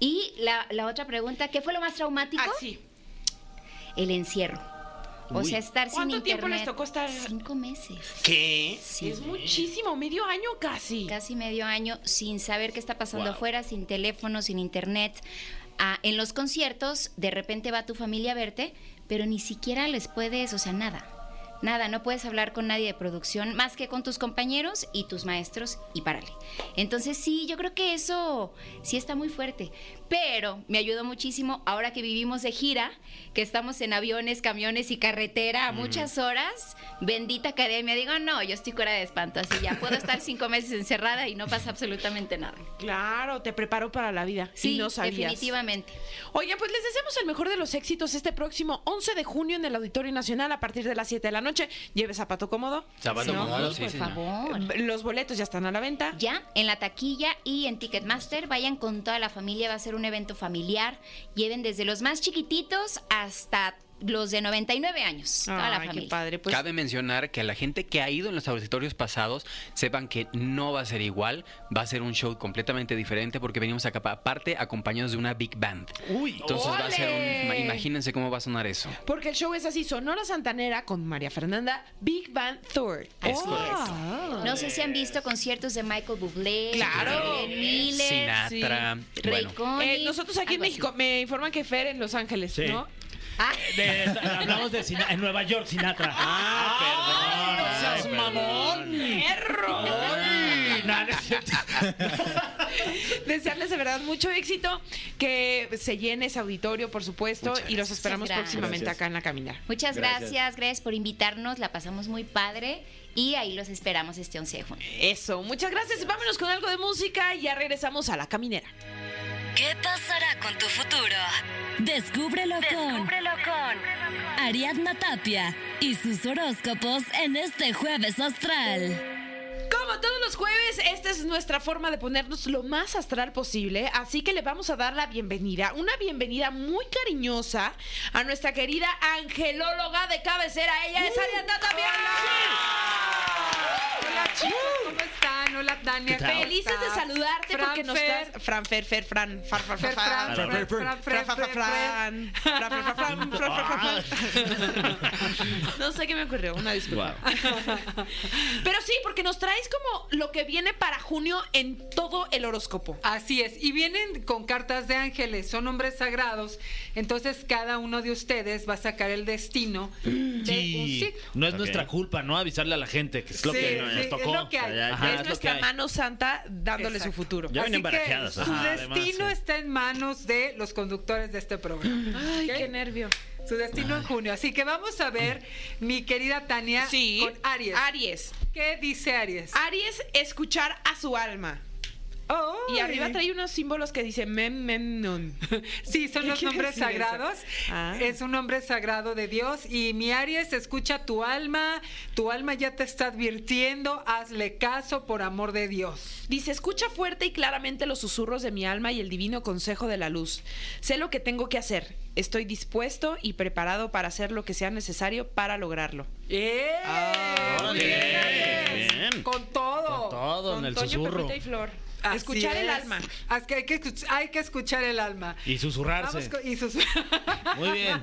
S6: Y la, la otra pregunta, ¿qué fue lo más traumático?
S2: Ah, sí.
S6: El encierro. O
S3: Uy.
S6: sea, estar sin
S2: ¿Cuánto
S6: internet.
S2: tiempo les tocó estar?
S6: Cinco meses.
S3: ¿Qué?
S6: Sí.
S2: Es muchísimo, medio año casi.
S6: Casi medio año sin saber qué está pasando afuera, sin teléfono, sin internet. Ah, en los conciertos, de repente va tu familia a verte, pero ni siquiera les puedes, o sea, nada. Nada, no puedes hablar con nadie de producción más que con tus compañeros y tus maestros y párale. Entonces sí, yo creo que eso sí está muy fuerte, pero me ayudó muchísimo ahora que vivimos de gira, que estamos en aviones, camiones y carretera a muchas horas. Bendita academia, digo, no, yo estoy fuera de espanto, así ya puedo estar cinco meses encerrada y no pasa absolutamente nada.
S2: Claro, te preparó para la vida.
S6: Sí,
S2: y no sabías.
S6: definitivamente.
S2: Oigan, pues les deseamos el mejor de los éxitos este próximo 11 de junio en el Auditorio Nacional a partir de las 7 de la noche. Lleve zapato cómodo.
S5: Zapato
S2: No,
S5: cómodo, sí,
S6: por
S5: señor.
S6: favor.
S2: Los boletos ya están a la venta.
S6: Ya, en la taquilla y en Ticketmaster, vayan con toda la familia, va a ser un evento familiar. Lleven desde los más chiquititos hasta los de 99 años. Toda la
S2: Ay,
S6: familia.
S2: qué padre. Pues
S5: Cabe mencionar que a la gente que ha ido en los auditorios pasados sepan que no va a ser igual, va a ser un show completamente diferente porque venimos acá pa- aparte acompañados de una big band.
S3: Uy.
S5: Entonces va a ser un,
S2: ¡Ole!
S5: imagínense cómo va a sonar eso.
S2: Porque el show es así, Sonora Santanera con María Fernanda, Big Band Thor.
S5: Es
S2: Oh.
S6: No sé si han visto conciertos de Michael Bublé,
S2: Claro.
S6: de Glenn Miller,
S5: Sinatra,
S6: Ray
S5: bueno,
S6: Conniff,
S2: Eh, nosotros aquí en
S6: algo así.
S2: México me informan que Fer en Los Ángeles,
S3: Sí.
S2: ¿no?
S6: Ah,
S4: De- hablamos de Sina- en Nueva York, Sinatra. Ah,
S3: Ay, perdón.
S2: ¡Perro!
S4: Ay, no, no es cierto.
S2: Desearles de verdad mucho éxito, que se llene ese auditorio, por supuesto, y los esperamos
S6: Muchas gracias.
S2: próximamente
S7: Gracias.
S2: acá en la caminera.
S6: Muchas
S7: Gracias.
S6: gracias. gracias, por invitarnos, la pasamos muy padre y ahí los esperamos este 11 de junio.
S2: Eso, muchas gracias. Vámonos con algo de música y ya regresamos a la caminera.
S8: ¿Qué pasará con tu futuro? Descúbrelo, con Ariadna Tapia y sus horóscopos en este jueves astral.
S2: Como todos los jueves, esta es nuestra forma de ponernos lo más astral posible, así que le vamos a dar la bienvenida, una bienvenida muy cariñosa a nuestra querida angelóloga de cabecera. Ella es Ariadna también.
S9: Hola chicos, ¿cómo están? Hola Tania.
S3: ¿Qué tal?
S9: ¿cómo
S2: Felices de
S9: estás?
S2: saludarte
S9: Fran,
S2: porque nos
S9: Fer,
S2: estás... Fran, Fer, Fer, Fran, Far, Far,
S9: Fer,
S2: Far, Fran.
S3: Fran,
S9: Fran, Fran,
S3: Fran,
S9: Fran,
S2: Fran,
S9: Fran,
S2: Fran, Fran, Fran, Fran, Fran, Fran, Fran, Fran, Fran, Fran. No sé qué me ocurrió, una disculpa. Pero sí, porque nos traes como lo que viene para junio en todo el horóscopo.
S9: Así Ah, es, y vienen con cartas de ángeles, son hombres sagrados, entonces cada uno de ustedes va a sacar el destino de un
S4: Sí,
S9: signo.
S4: No es
S3: Ok.
S4: nuestra culpa, ¿no? Avisarle a la gente, que es lo
S9: Sí,
S4: que
S9: sí,
S4: nos
S9: es
S4: tocó.
S9: lo que hay.
S4: Ajá,
S2: es
S4: lo que
S2: nuestra
S4: hay.
S2: mano santa dándole
S9: Exacto.
S2: su futuro.
S3: Ya vienen
S9: Así que
S3: barajeadas,
S9: Su
S4: ajá, además,
S9: destino
S4: sí.
S9: está en manos de los conductores de este programa.
S2: Ay,
S9: ¿ok?
S2: qué nervio.
S9: Su destino en junio. Así que vamos a ver, mi querida Tania,
S2: Sí.
S9: con Aries.
S2: Aries.
S9: ¿Qué dice Aries?
S2: Aries, escuchar a su alma. Y
S9: ¡Ay!
S2: arriba trae unos símbolos que dicen mem, mem, non.
S9: Sí, son
S2: ¿Qué
S9: los
S2: quiere
S9: nombres
S2: decir eso?
S9: sagrados.
S2: Ah.
S9: Es un nombre sagrado de Dios. Y mi Aries, escucha tu alma. Tu alma ya te está advirtiendo. Hazle caso por amor de Dios.
S2: Dice, escucha fuerte y claramente los susurros de mi alma y el divino consejo de la luz. Sé lo que tengo que hacer. Estoy dispuesto y preparado para hacer lo que sea necesario para lograrlo.
S9: ¡Eh!
S2: Ah,
S9: Muy
S2: bien.
S9: bien, Aries.
S3: Bien. bien.
S9: Con todo.
S4: Con todo
S2: Con
S4: en el
S2: Toño,
S4: susurro.
S2: Pepita y Flor.
S9: Así
S2: Escuchar el
S9: es.
S2: alma.
S9: Así que hay, que escuch- hay que escuchar el alma.
S4: Y
S9: Vamos
S4: susurrarse.
S9: con- y sus-
S4: Muy bien.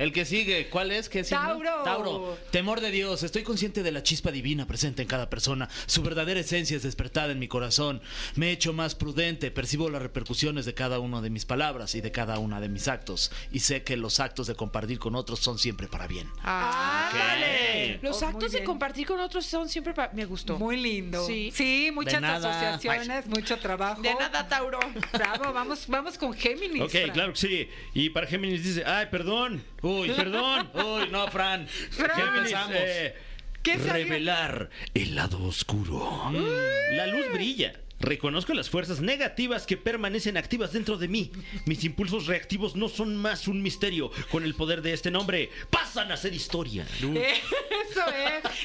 S4: El que sigue, ¿cuál es? ¿Qué signo?
S9: Tauro.
S4: Tauro. Temor de Dios. Estoy consciente de la chispa divina presente en cada persona. Su verdadera esencia es despertada en mi corazón. Me he hecho más prudente. Percibo las repercusiones de cada una de mis palabras y de cada una de mis actos. Y sé que los actos de compartir con otros son siempre para bien.
S2: Ah,
S9: Ándale.
S2: Los
S9: Oh, muy
S2: actos de
S9: bien.
S2: compartir con otros son siempre para... Me gustó.
S9: Muy lindo.
S2: Sí.
S9: Sí, muchas
S4: nada.
S9: asociaciones, mucho trabajo.
S2: De nada, Tauro.
S9: Bravo, vamos, vamos con Géminis.
S3: Ok,
S9: Fran.
S3: claro que sí. Y para Géminis dice, ay, perdón.
S4: Uy,
S3: Perdón.
S4: Uy, no, Fran.
S9: Fran.
S4: ¿Qué
S3: Géminis,
S4: empezamos?
S3: eh,
S9: ¿Qué salió?
S3: revelar el lado oscuro. Mm. La luz brilla. Reconozco las fuerzas negativas que permanecen activas dentro de mí. Mis impulsos reactivos no son más un misterio. Con el poder de este nombre, pasan a ser historia.
S9: Eso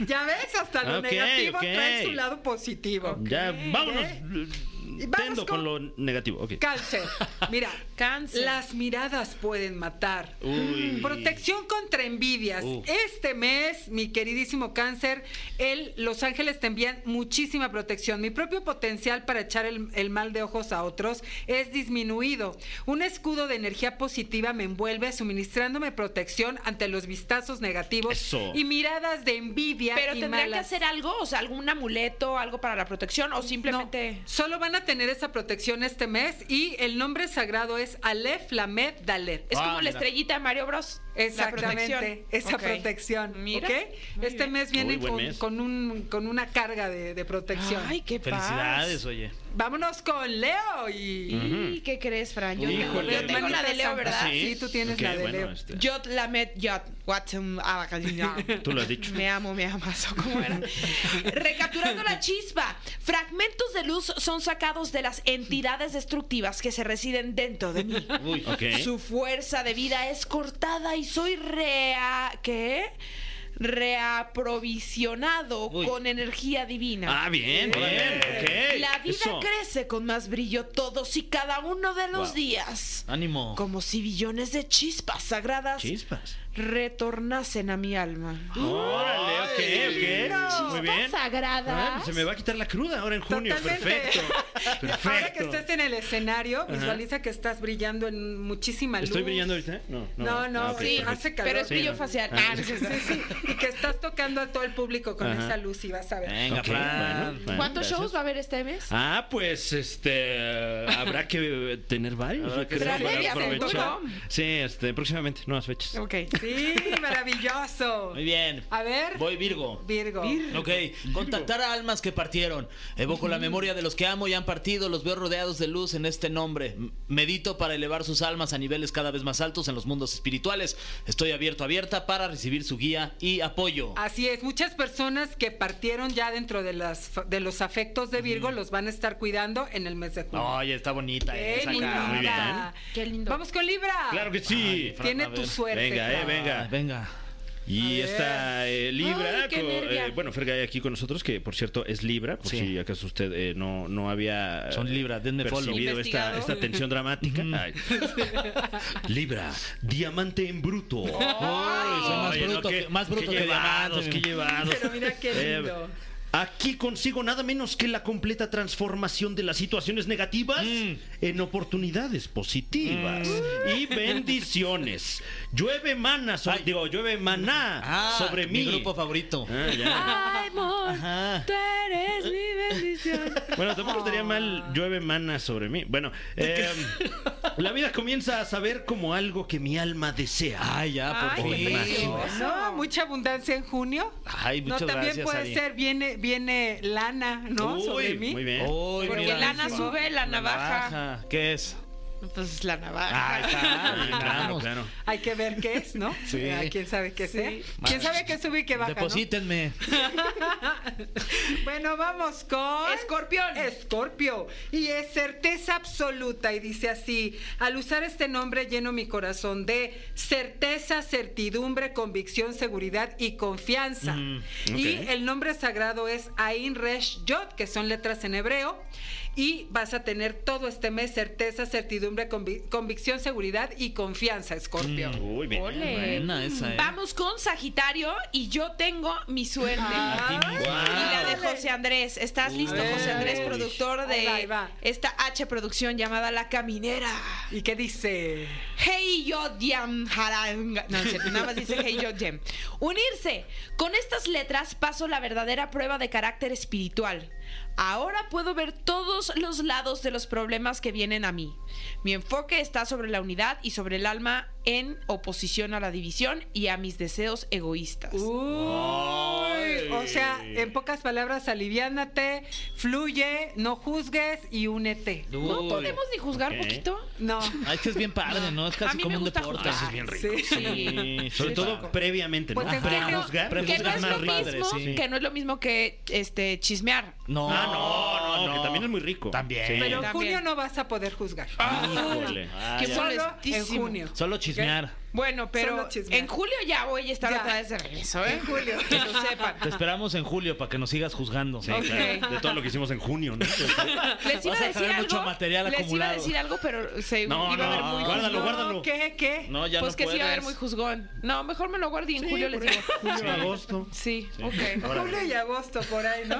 S9: es. Ya ves, hasta lo
S3: Ok,
S9: negativo
S3: ok.
S9: trae su lado positivo.
S3: Ya, vámonos.
S9: ¿eh?
S3: eh,
S9: Y vamos
S3: Tendo con...
S9: con-
S3: lo negativo. ok.
S9: Cáncer. Mira,
S2: Cáncer.
S9: Las miradas pueden matar.
S4: Uy.
S9: Protección contra envidias.
S4: Uh.
S9: Este mes, mi queridísimo cáncer, el Los Ángeles te envían muchísima protección. Mi propio potencial para echar el, el mal de ojos a otros es disminuido. Un escudo de energía positiva me envuelve, suministrándome protección ante los vistazos negativos
S3: Eso.
S9: y miradas de envidia.
S2: Pero
S9: y
S2: tendrían que
S9: malas.
S2: hacer algo, o sea, algún amuleto, algo para la protección, o simplemente...
S9: No, solo van a tener esa protección este mes y el nombre sagrado es Aleph Lamed Dalet.
S2: Es
S4: Ah,
S2: como la
S4: mira.
S2: estrellita de Mario Bros. la
S9: Exactamente,
S2: protección.
S9: esa
S2: Ok.
S9: protección.
S2: Mira.
S9: ¿ok?
S2: Muy
S9: Este
S2: bien.
S9: mes
S3: Uy,
S9: viene
S3: buen
S9: con,
S3: mes.
S9: con un- con una carga de, de protección.
S2: Ay, qué paz.
S4: Felicidades, oye.
S9: Vámonos con Leo y.
S2: ¿Y qué crees, Fran? Yo, tengo-
S3: Híjole.
S2: yo tengo la de Leo, ¿verdad?
S9: Sí, tú tienes
S3: Ok,
S9: la de
S3: bueno,
S9: Leo.
S3: este,
S2: Yot Lamet Yot Watson Abacalina.
S3: Tú lo has dicho.
S2: ah, Me amo, me amas. ¿o ¿Cómo era? Recapturando la chispa. Fragmentos de luz son sacados de las entidades destructivas que se residen dentro de mí.
S4: Uy.
S3: Ok.
S2: Su fuerza de vida es cortada y soy rea. ¿Qué? Reaprovisionado
S4: Uy.
S2: con energía divina.
S3: Ah, bien, bien. ok.
S2: La vida
S3: Eso.
S2: crece con más brillo todos y cada uno de los
S3: Wow.
S2: días.
S4: Ánimo.
S2: Como si billones de chispas sagradas
S3: Ah. Chispas.
S2: retornasen a mi alma.
S3: Órale,
S4: Ay,
S3: ok, ok. Muy bien. Ah,
S2: sagradas.
S3: pues se me va a quitar la cruda ahora en junio.
S9: Totalmente.
S3: Perfecto.
S9: Ahora que
S3: Perfecto.
S9: estés en el escenario, visualiza que estás brillando en muchísima luz.
S3: ¿Estoy brillando ahorita? No, no.
S9: No, no,
S3: Ah, ok,
S9: sí,
S3: perfecto.
S9: hace calor.
S2: Pero es
S9: Sí,
S2: brillo
S3: ¿no?
S2: facial.
S3: Ah,
S2: Ah, no es cierto.
S9: Sí, y que estás tocando a todo el público con
S3: Ajá.
S9: esa luz y vas a ver.
S4: Venga,
S3: Ok,
S4: Fran.
S3: bueno, bueno,
S2: ¿Cuántos
S3: gracias.
S2: shows va a haber este mes?
S3: Ah, pues este habrá que eh, tener varios.
S4: Habrá
S3: yo
S4: que
S3: creo,
S4: tener
S3: para
S4: varios,
S3: aprovechar.
S2: seguro.
S3: Sí, este, próximamente, nuevas fechas.
S2: Ok.
S9: Sí, maravilloso.
S4: Muy bien.
S9: A ver,
S4: Voy Virgo.
S9: Virgo.
S4: Ok, contactar a almas que partieron. Evoco la memoria de los que amo y han partido, los veo rodeados de luz en este nombre. M- Medito para elevar sus almas a niveles cada vez más altos en los mundos espirituales. Estoy abierto, abierta para recibir su guía y apoyo.
S9: Así es, muchas personas que partieron ya dentro de, las, fa- de los afectos de Virgo los van a estar cuidando en el mes de junio.
S4: Oye, está bonita
S9: ¡Qué
S4: esa
S9: linda!
S4: cara. Muy bien.
S2: Qué lindo.
S9: Vamos con Libra.
S3: Claro que sí.
S4: Ay,
S9: Tiene
S4: Fran, a
S9: tu
S4: ver.
S9: suerte.
S3: Venga, eh,
S9: Fran.
S4: Venga,
S3: venga.
S4: venga.
S3: Y está eh, Libra.
S2: Ay, qué
S3: con-
S2: nervia.
S3: eh, bueno, Fergay aquí con nosotros, que por cierto es Libra, por
S4: Sí.
S3: si acaso usted eh, no, no había eh,
S4: Son Libra, denme follow.
S3: percibido esta,
S2: Investigado.
S3: esta tensión dramática. Ay. Libra, diamante en bruto.
S4: Ay, soy más
S3: Oye, no,
S4: bruto
S3: qué-
S4: que- más
S3: qué
S4: bruto que
S3: llevados,
S4: diamante.
S3: qué llevados.
S9: Pero mira qué
S3: Eh,
S9: lindo.
S3: Aquí consigo nada menos que la completa transformación de las situaciones negativas
S4: Mm.
S3: en oportunidades positivas y bendiciones. Llueve maná, so-
S4: Ay.
S3: digo, llueve maná
S4: Ah,
S3: sobre mí.
S4: Mi grupo favorito.
S3: Ah, ya.
S2: Ay, amor,
S4: Ajá.
S2: tú eres mi bendición.
S3: Bueno, tampoco estaría mal llueve mana sobre mí. Bueno, eh, la vida comienza a saber como algo que mi alma desea.
S4: Ay, ya, por
S2: Ay, qué
S4: fin.
S2: precioso.
S9: No, mucha abundancia en junio.
S4: Ay,
S9: No,
S4: muchas
S9: también
S4: gracias,
S9: puede
S4: Ari.
S9: ser, viene, viene lana, ¿no?
S3: Uy,
S9: Sobre mí.
S3: Muy bien.
S4: Uy,
S2: Porque
S4: mira.
S2: lana sube, la navaja.
S4: navaja. ¿Qué es?
S2: Pues la navaja.
S4: Ah, está.
S3: Ah, claro,
S4: Vamos.
S3: claro.
S9: Hay que ver qué es, ¿no?
S4: Sí.
S9: Ah, ¿Quién sabe qué es? eh? ¿Quién sabe qué sube y qué baja? no?
S4: Deposítenme.
S9: Bueno, vamos con...
S2: Escorpión.
S9: Escorpio. Y es certeza absoluta. Y dice así, al usar este nombre lleno mi corazón de certeza, certidumbre, convicción, seguridad y confianza.
S3: ok.
S9: Y el nombre sagrado es Ain Resh Yod, que son letras en hebreo. Y vas a tener todo este mes certeza, certidumbre certidumbre, convi- convicción, seguridad y confianza, Escorpio.
S3: Uy, bien.
S2: Ole.
S4: Buena esa, ¿eh?
S2: Vamos con Sagitario y yo tengo mi suerte.
S9: Ah,
S4: Aquí mismo.
S2: Y la de José Andrés. ¿Estás listo,
S4: Uy.
S2: José Andrés,
S4: Uy.
S2: productor
S9: Ahí va, ahí
S2: de
S9: va.
S2: esta H producción llamada La Caminera?
S9: ¿Y qué dice?
S2: Hey yo diam jaranga. No, es cierto, nada más dice hey yo diam. Unirse. Con estas letras paso la verdadera prueba de carácter espiritual. Ahora puedo ver todos los lados de los problemas que vienen a mí. Mi enfoque está sobre la unidad y sobre el alma en oposición a la división y a mis deseos egoístas.
S9: Uy, o sea, en pocas palabras, aliviánate, fluye, no juzgues y únete.
S2: ¿No
S4: Uy.
S2: podemos ni juzgar
S3: Ok.
S2: poquito?
S9: No.
S4: Ah, este es bien padre, ¿no? Es
S2: A
S4: casi
S2: mí
S4: como
S2: me
S4: un
S2: gusta
S4: deporte.
S2: jugar. Ah, Ese es bien
S9: rico. Sí.
S4: Sí,
S3: Sobre
S4: sí,
S3: todo
S4: claro.
S3: previamente, ¿no?
S9: Pues, ¿en
S3: Para
S9: serio?
S3: juzgar,
S4: ¿Que
S2: Que no
S3: juzgar
S2: es lo
S3: más padre,
S2: mismo,
S3: sí.
S2: que no es lo mismo que este chismear.
S4: No,
S3: Ah, no, no, que también es muy rico.
S4: También.
S3: Sí.
S9: Pero en
S2: También.
S9: junio no vas a poder juzgar.
S3: Híjole.
S4: Ah,
S2: Qué
S4: ya.
S2: bueno.
S9: Solo en
S2: molestísimo.
S9: junio.
S4: Solo chismear.
S2: Bueno, pero
S9: Solo chismear.
S2: en julio ya voy a estar
S9: Ya.
S2: otra vez de regreso, ¿eh?
S9: En julio.
S2: Que lo sepan.
S4: Te esperamos en julio para que nos sigas juzgando.
S3: Sí,
S2: Ok.
S3: claro, de todo lo que hicimos en junio, ¿no?
S2: Les iba
S4: Vas
S2: a
S4: a
S2: decir
S4: traer
S2: algo.
S4: mucho material
S2: les
S4: acumulado.
S2: iba a decir algo, pero se
S3: No,
S2: iba a ver
S3: no,
S2: muy
S3: guárdalo,
S2: juzgón.
S3: guárdalo.
S9: ¿Qué? ¿Qué?
S4: No, ya
S2: pues
S4: no
S2: que
S4: puedes.
S2: sí iba a haber muy juzgón. No, mejor me lo guardé y en julio les digo.
S3: Julio, agosto.
S2: Sí, ok.
S9: Julio y agosto por ahí, ¿no?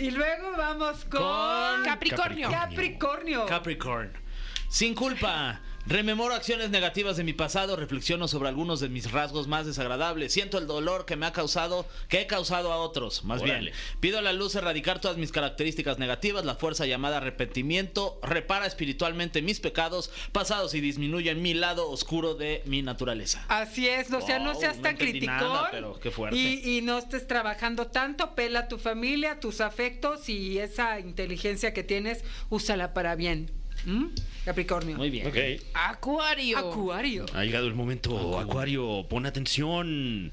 S9: y luego vamos con,
S2: Capricornio.
S9: Capricornio.
S4: Capricorn. Sin culpa. Rememoro acciones negativas de mi pasado, reflexiono sobre algunos de mis rasgos más desagradables, siento el dolor que me ha causado, que he causado a otros, más
S3: Órale.
S4: bien. Pido a la luz erradicar todas mis características negativas, la fuerza llamada arrepentimiento, repara espiritualmente mis pecados pasados y disminuye mi lado oscuro de mi naturaleza.
S9: Así es, o sea, no
S4: Wow,
S9: seas
S4: no
S9: tan
S4: entendí
S9: criticón.
S4: nada, pero qué fuerte.
S9: Y, y no estés trabajando tanto, pela a tu familia, tus afectos y esa inteligencia que tienes, úsala para bien. ¿Mm? Capricornio.
S4: Muy bien.
S3: Ok.
S2: Acuario.
S9: Acuario.
S3: Ha llegado el
S2: Ah,
S3: momento, Acuario, pon atención.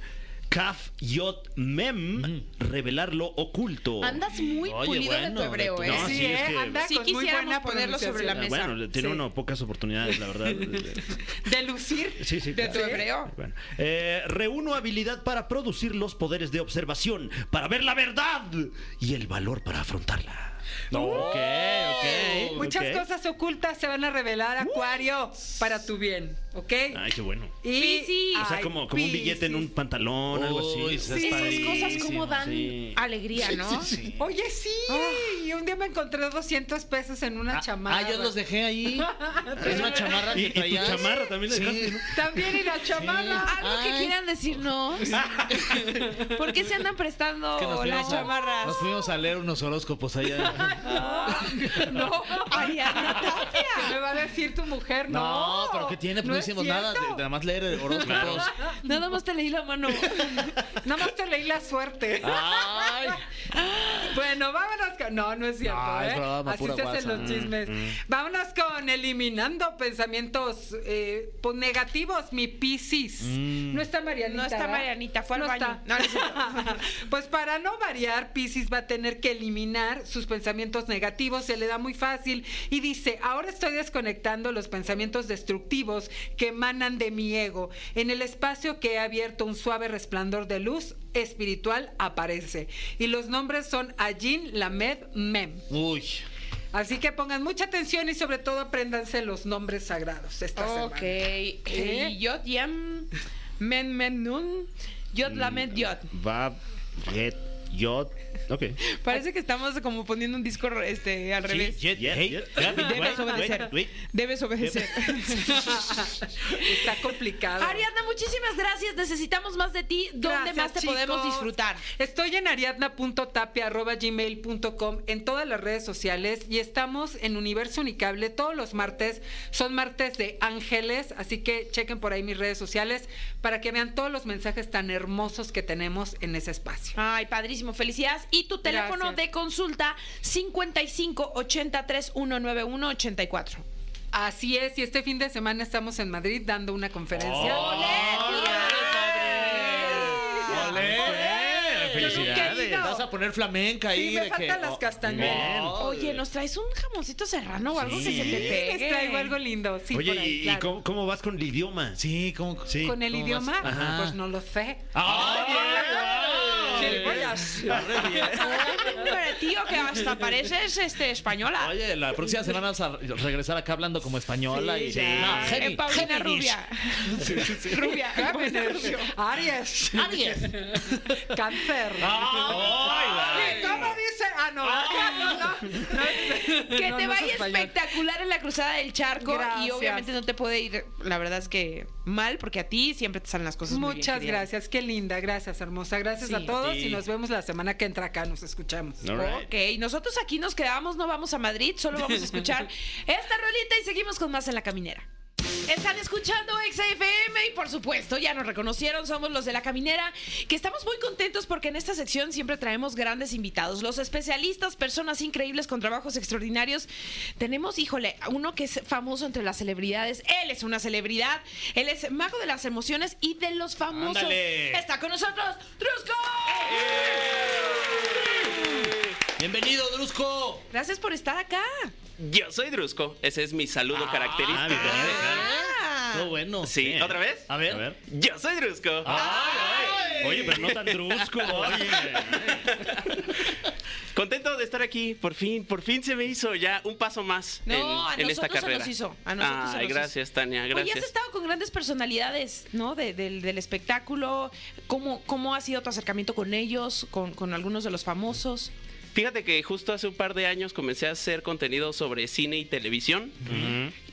S3: Kaf Yot Mem, revelar lo oculto.
S2: Mm. Andas muy
S4: Oye,
S2: pulido de
S4: bueno,
S2: tu hebreo,
S4: de
S2: ¿eh?
S4: tu-
S3: No,
S2: Sí.
S3: sí, es
S9: ¿eh?
S3: que- Ah,
S9: Anda
S2: Sí
S9: con muy
S2: quisiéramos
S9: buena
S2: ponerlo sobre la
S9: pronunciación.
S2: mesa.
S3: Bueno, tiene
S9: Sí.
S3: uno pocas oportunidades, la verdad.
S9: De lucir.
S3: Sí, sí,
S2: De
S3: claro.
S2: tu hebreo.
S3: Bueno, eh, reúno habilidad para producir los poderes de observación, para ver la verdad y el valor para afrontarla.
S4: Ok, ok.
S9: Muchas
S3: ok.
S9: cosas ocultas se van a revelar, Acuario, para tu bien, ¿ok?
S3: Ay, qué bueno.
S9: Y,
S2: Piscis.
S3: O sea,
S9: ay,
S3: como, como un billete en un
S9: Piscis.
S3: pantalón, algo así.
S4: Uy, esas
S2: Sí, esas
S4: padrísimas,
S2: cosas como dan
S3: sí.
S2: alegría, ¿no?
S9: Oye, sí. Y un día me encontré 200 pesos en una
S4: Ah,
S9: chamarra.
S4: Ah, yo los dejé ahí. es una chamarra
S3: Y,
S4: que
S3: y tu
S4: traías.
S3: chamarra también la
S4: Sí.
S3: dejaste, ¿no?
S9: También en la chamarra.
S2: Algo que
S4: Ay.
S2: quieran decirnos. ¿Por qué se andan prestando
S4: Que nos
S2: las
S4: fuimos a-
S2: chamarras?
S3: Ah,
S4: Nos fuimos a leer unos horóscopos allá.
S9: No,
S2: Ariana
S9: ¿Qué me
S2: Tapia.
S9: va a decir tu mujer? No,
S4: No, pero ¿qué tiene? Pues no,
S9: es
S4: hicimos
S9: cierto.
S4: nada. de- Nada más leer horóscopos.
S2: Nada más te leí la mano.
S9: Nada más te leí la suerte.
S4: Ay.
S9: Bueno, vámonos con... No, no es cierto,
S4: No,
S9: ¿eh?
S4: es broma,
S9: Así
S4: pura
S9: se hacen
S4: guasa.
S9: los chismes. Vámonos con eliminando pensamientos eh, pues, negativos, mi piscis. No está Marianita.
S2: No está
S9: ¿verdad?
S2: Marianita, fue al
S9: No
S2: baño.
S9: está.
S2: No, no es cierto.
S9: pues para no variar, Piscis va a tener que eliminar sus pensamientos negativos, se le da muy fácil y dice, ahora estoy desconectando los pensamientos destructivos que emanan de mi ego. En el espacio que he abierto un suave resplandor de luz espiritual aparece. Y los nombres son Ajin, Lamed, Mem.
S4: Uy.
S9: Así que pongan mucha atención y sobre todo apréndanse los nombres sagrados esta
S2: Ok.
S9: semana.
S2: Eh, Yod yam men men nun. Yod lamed yod.
S3: Bab, Get, Yot. Ok.
S2: Parece que estamos como poniendo un disco este, al revés.
S4: Jet,
S3: Jet,
S4: hey,
S3: jet.
S4: Gaby,
S2: Debes
S4: wait,
S2: obedecer.
S4: wait, wait.
S2: Debes obedecer.
S9: Está complicado.
S2: Ariadna, muchísimas gracias. Necesitamos más de ti. ¿Dónde
S9: Gracias,
S2: más te podemos
S9: chicos.
S2: disfrutar?
S9: Estoy en ariadna.tapia.gmail.com en todas las redes sociales y estamos en Universo Unicable todos los martes. Son martes de ángeles, así que chequen por ahí mis redes sociales para que vean todos los mensajes tan hermosos que tenemos en ese espacio.
S2: Ay, padrísimo, felicidades. Y tu teléfono
S9: Gracias.
S2: de consulta 55 83 191 84.
S9: Así es, y este fin de semana estamos en Madrid dando una
S3: Oh,
S9: conferencia.
S4: Oh, ¡Ole! ¡Ole!
S9: nunca he
S4: ¡Felicidades!
S9: ido.
S4: Vas a poner flamenca ahí.
S9: Sí, me
S4: de que-
S9: faltan las
S4: oh,
S9: castañudas.
S4: bien.
S2: Oye, ¿nos traes un jamoncito serrano o algo que se te
S9: Sí,
S2: pegue?
S9: les traigo algo lindo. Sí,
S3: Oye,
S9: por ahí,
S3: ¿y
S9: claro.
S3: cómo, cómo vas con el idioma?
S4: Sí, ¿cómo?
S3: Sí.
S9: ¿Con el Pues
S4: ¿cómo
S9: idioma?
S4: vas? Ajá.
S9: Pues no lo sé.
S4: ¡Ay,
S2: gilipollas. Hombre, tío, que hasta pareces este, española.
S4: Oye, la próxima semana vas a regresar acá hablando como española y No,
S2: Eh,
S4: Gémi-
S2: Paulina
S4: Géminis.
S2: Rubia. Rubia, Paulina Rubia.
S9: Aries.
S4: Aries.
S9: Cáncer.
S4: Ay,
S9: Oye, ¿Cómo dice? Ah, no. no, no, no.
S2: Que
S9: No,
S2: te
S9: no es
S2: vaya
S9: español.
S2: espectacular en la cruzada del charco y
S9: Gracias.
S2: obviamente no te puede ir, la verdad es que mal, porque a ti siempre te salen las
S4: Pues
S2: cosas muy bien,
S9: Muchas
S2: querida.
S9: gracias, qué linda, gracias hermosa, gracias
S2: Sí.
S9: a todos
S4: Sí.
S9: y nos vemos la semana que entra acá, nos escuchamos.
S3: All right.
S2: Ok, nosotros aquí nos quedamos, no vamos a Madrid, solo vamos a escuchar esta rolita y seguimos con más en la caminera. Están escuchando XFM y por supuesto ya nos reconocieron, somos los de la caminera, que estamos muy contentos porque en esta sección siempre traemos grandes invitados, los especialistas, personas increíbles con trabajos extraordinarios. Tenemos, híjole, a uno que es famoso entre las celebridades, él es una celebridad, él es mago de las emociones y de los famosos.
S4: Ándale.
S2: Está con nosotros, Trusco.
S4: Bienvenido, Drusco.
S2: Gracias por estar acá.
S10: Yo soy Drusco, ese es mi saludo
S3: Ah,
S10: característico.
S3: bienvenido, claro.
S2: Ah.
S4: Qué bueno.
S10: Sí,
S3: Bien.
S10: ¿otra vez?
S4: A
S3: A
S4: ver.
S3: ver.
S10: Yo soy Drusco.
S3: Oye, pero no tan trusco, oye.
S10: Contento de estar aquí, por fin, por fin se me hizo ya un paso más
S2: No,
S10: en,
S2: a
S10: en esta
S2: nosotros se
S10: carrera.
S2: nos hizo, a nosotros se
S10: Ay,
S2: nos
S10: gracias, Tania,
S2: Oye, has
S10: gracias.
S2: estado con grandes personalidades, ¿no? De- del, del espectáculo. ¿Cómo, ¿Cómo ha sido tu acercamiento con ellos, con, con algunos de los famosos?
S10: Fíjate que justo hace un par de años comencé a hacer contenido sobre cine y televisión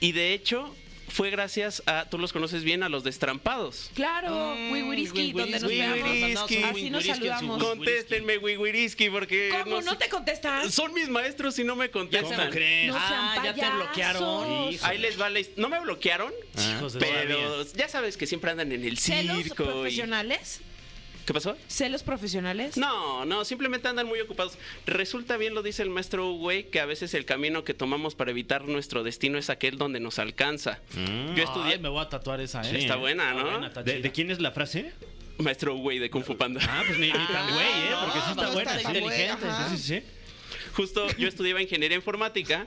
S10: y de hecho fue gracias a, tú los conoces bien, a los destrampados.
S2: Claro,
S10: Mm,
S2: Wiwiriski, donde nos
S10: Wiwiriski.
S2: veamos. Así nos
S4: Wiwiriski en su
S2: saludamos.
S4: Wiwiriski.
S10: Contéstenme, Wiwiriski, porque
S2: ¿Cómo? ¿No
S10: sé-
S2: te contestas?
S10: son mis maestros y no me
S3: ¿Cómo
S10: contestan.
S3: crees?
S2: No
S4: Ah,
S2: sean
S4: ya te
S2: payasos.
S4: bloquearon.
S10: Ahí les va la his- No me bloquearon,
S4: Hijos de
S10: pero ya sabes que siempre andan en el
S2: ¿Celos
S10: circo. y-
S2: profesionales?
S10: ¿Qué pasó?
S2: ¿Celos profesionales?
S10: No, no, simplemente andan muy ocupados. Resulta bien lo dice el maestro Way que a veces el camino que tomamos para evitar nuestro destino es aquel donde nos alcanza. Yo estudié
S4: Ay, me voy a tatuar esa, ¿eh?
S10: Sí, está buena, ¿no?
S4: está
S3: Mm. ¿De,
S4: chida.
S3: de quién es la frase?
S10: maestro Way de Kung Fu Panda.
S3: Ah, pues ni, ni tan güey, ¿eh? Porque sí está
S4: no,
S3: buena.
S4: está
S3: sí.
S4: inteligente,
S3: Sí, sí, sí.
S10: Justo yo estudiaba ingeniería informática.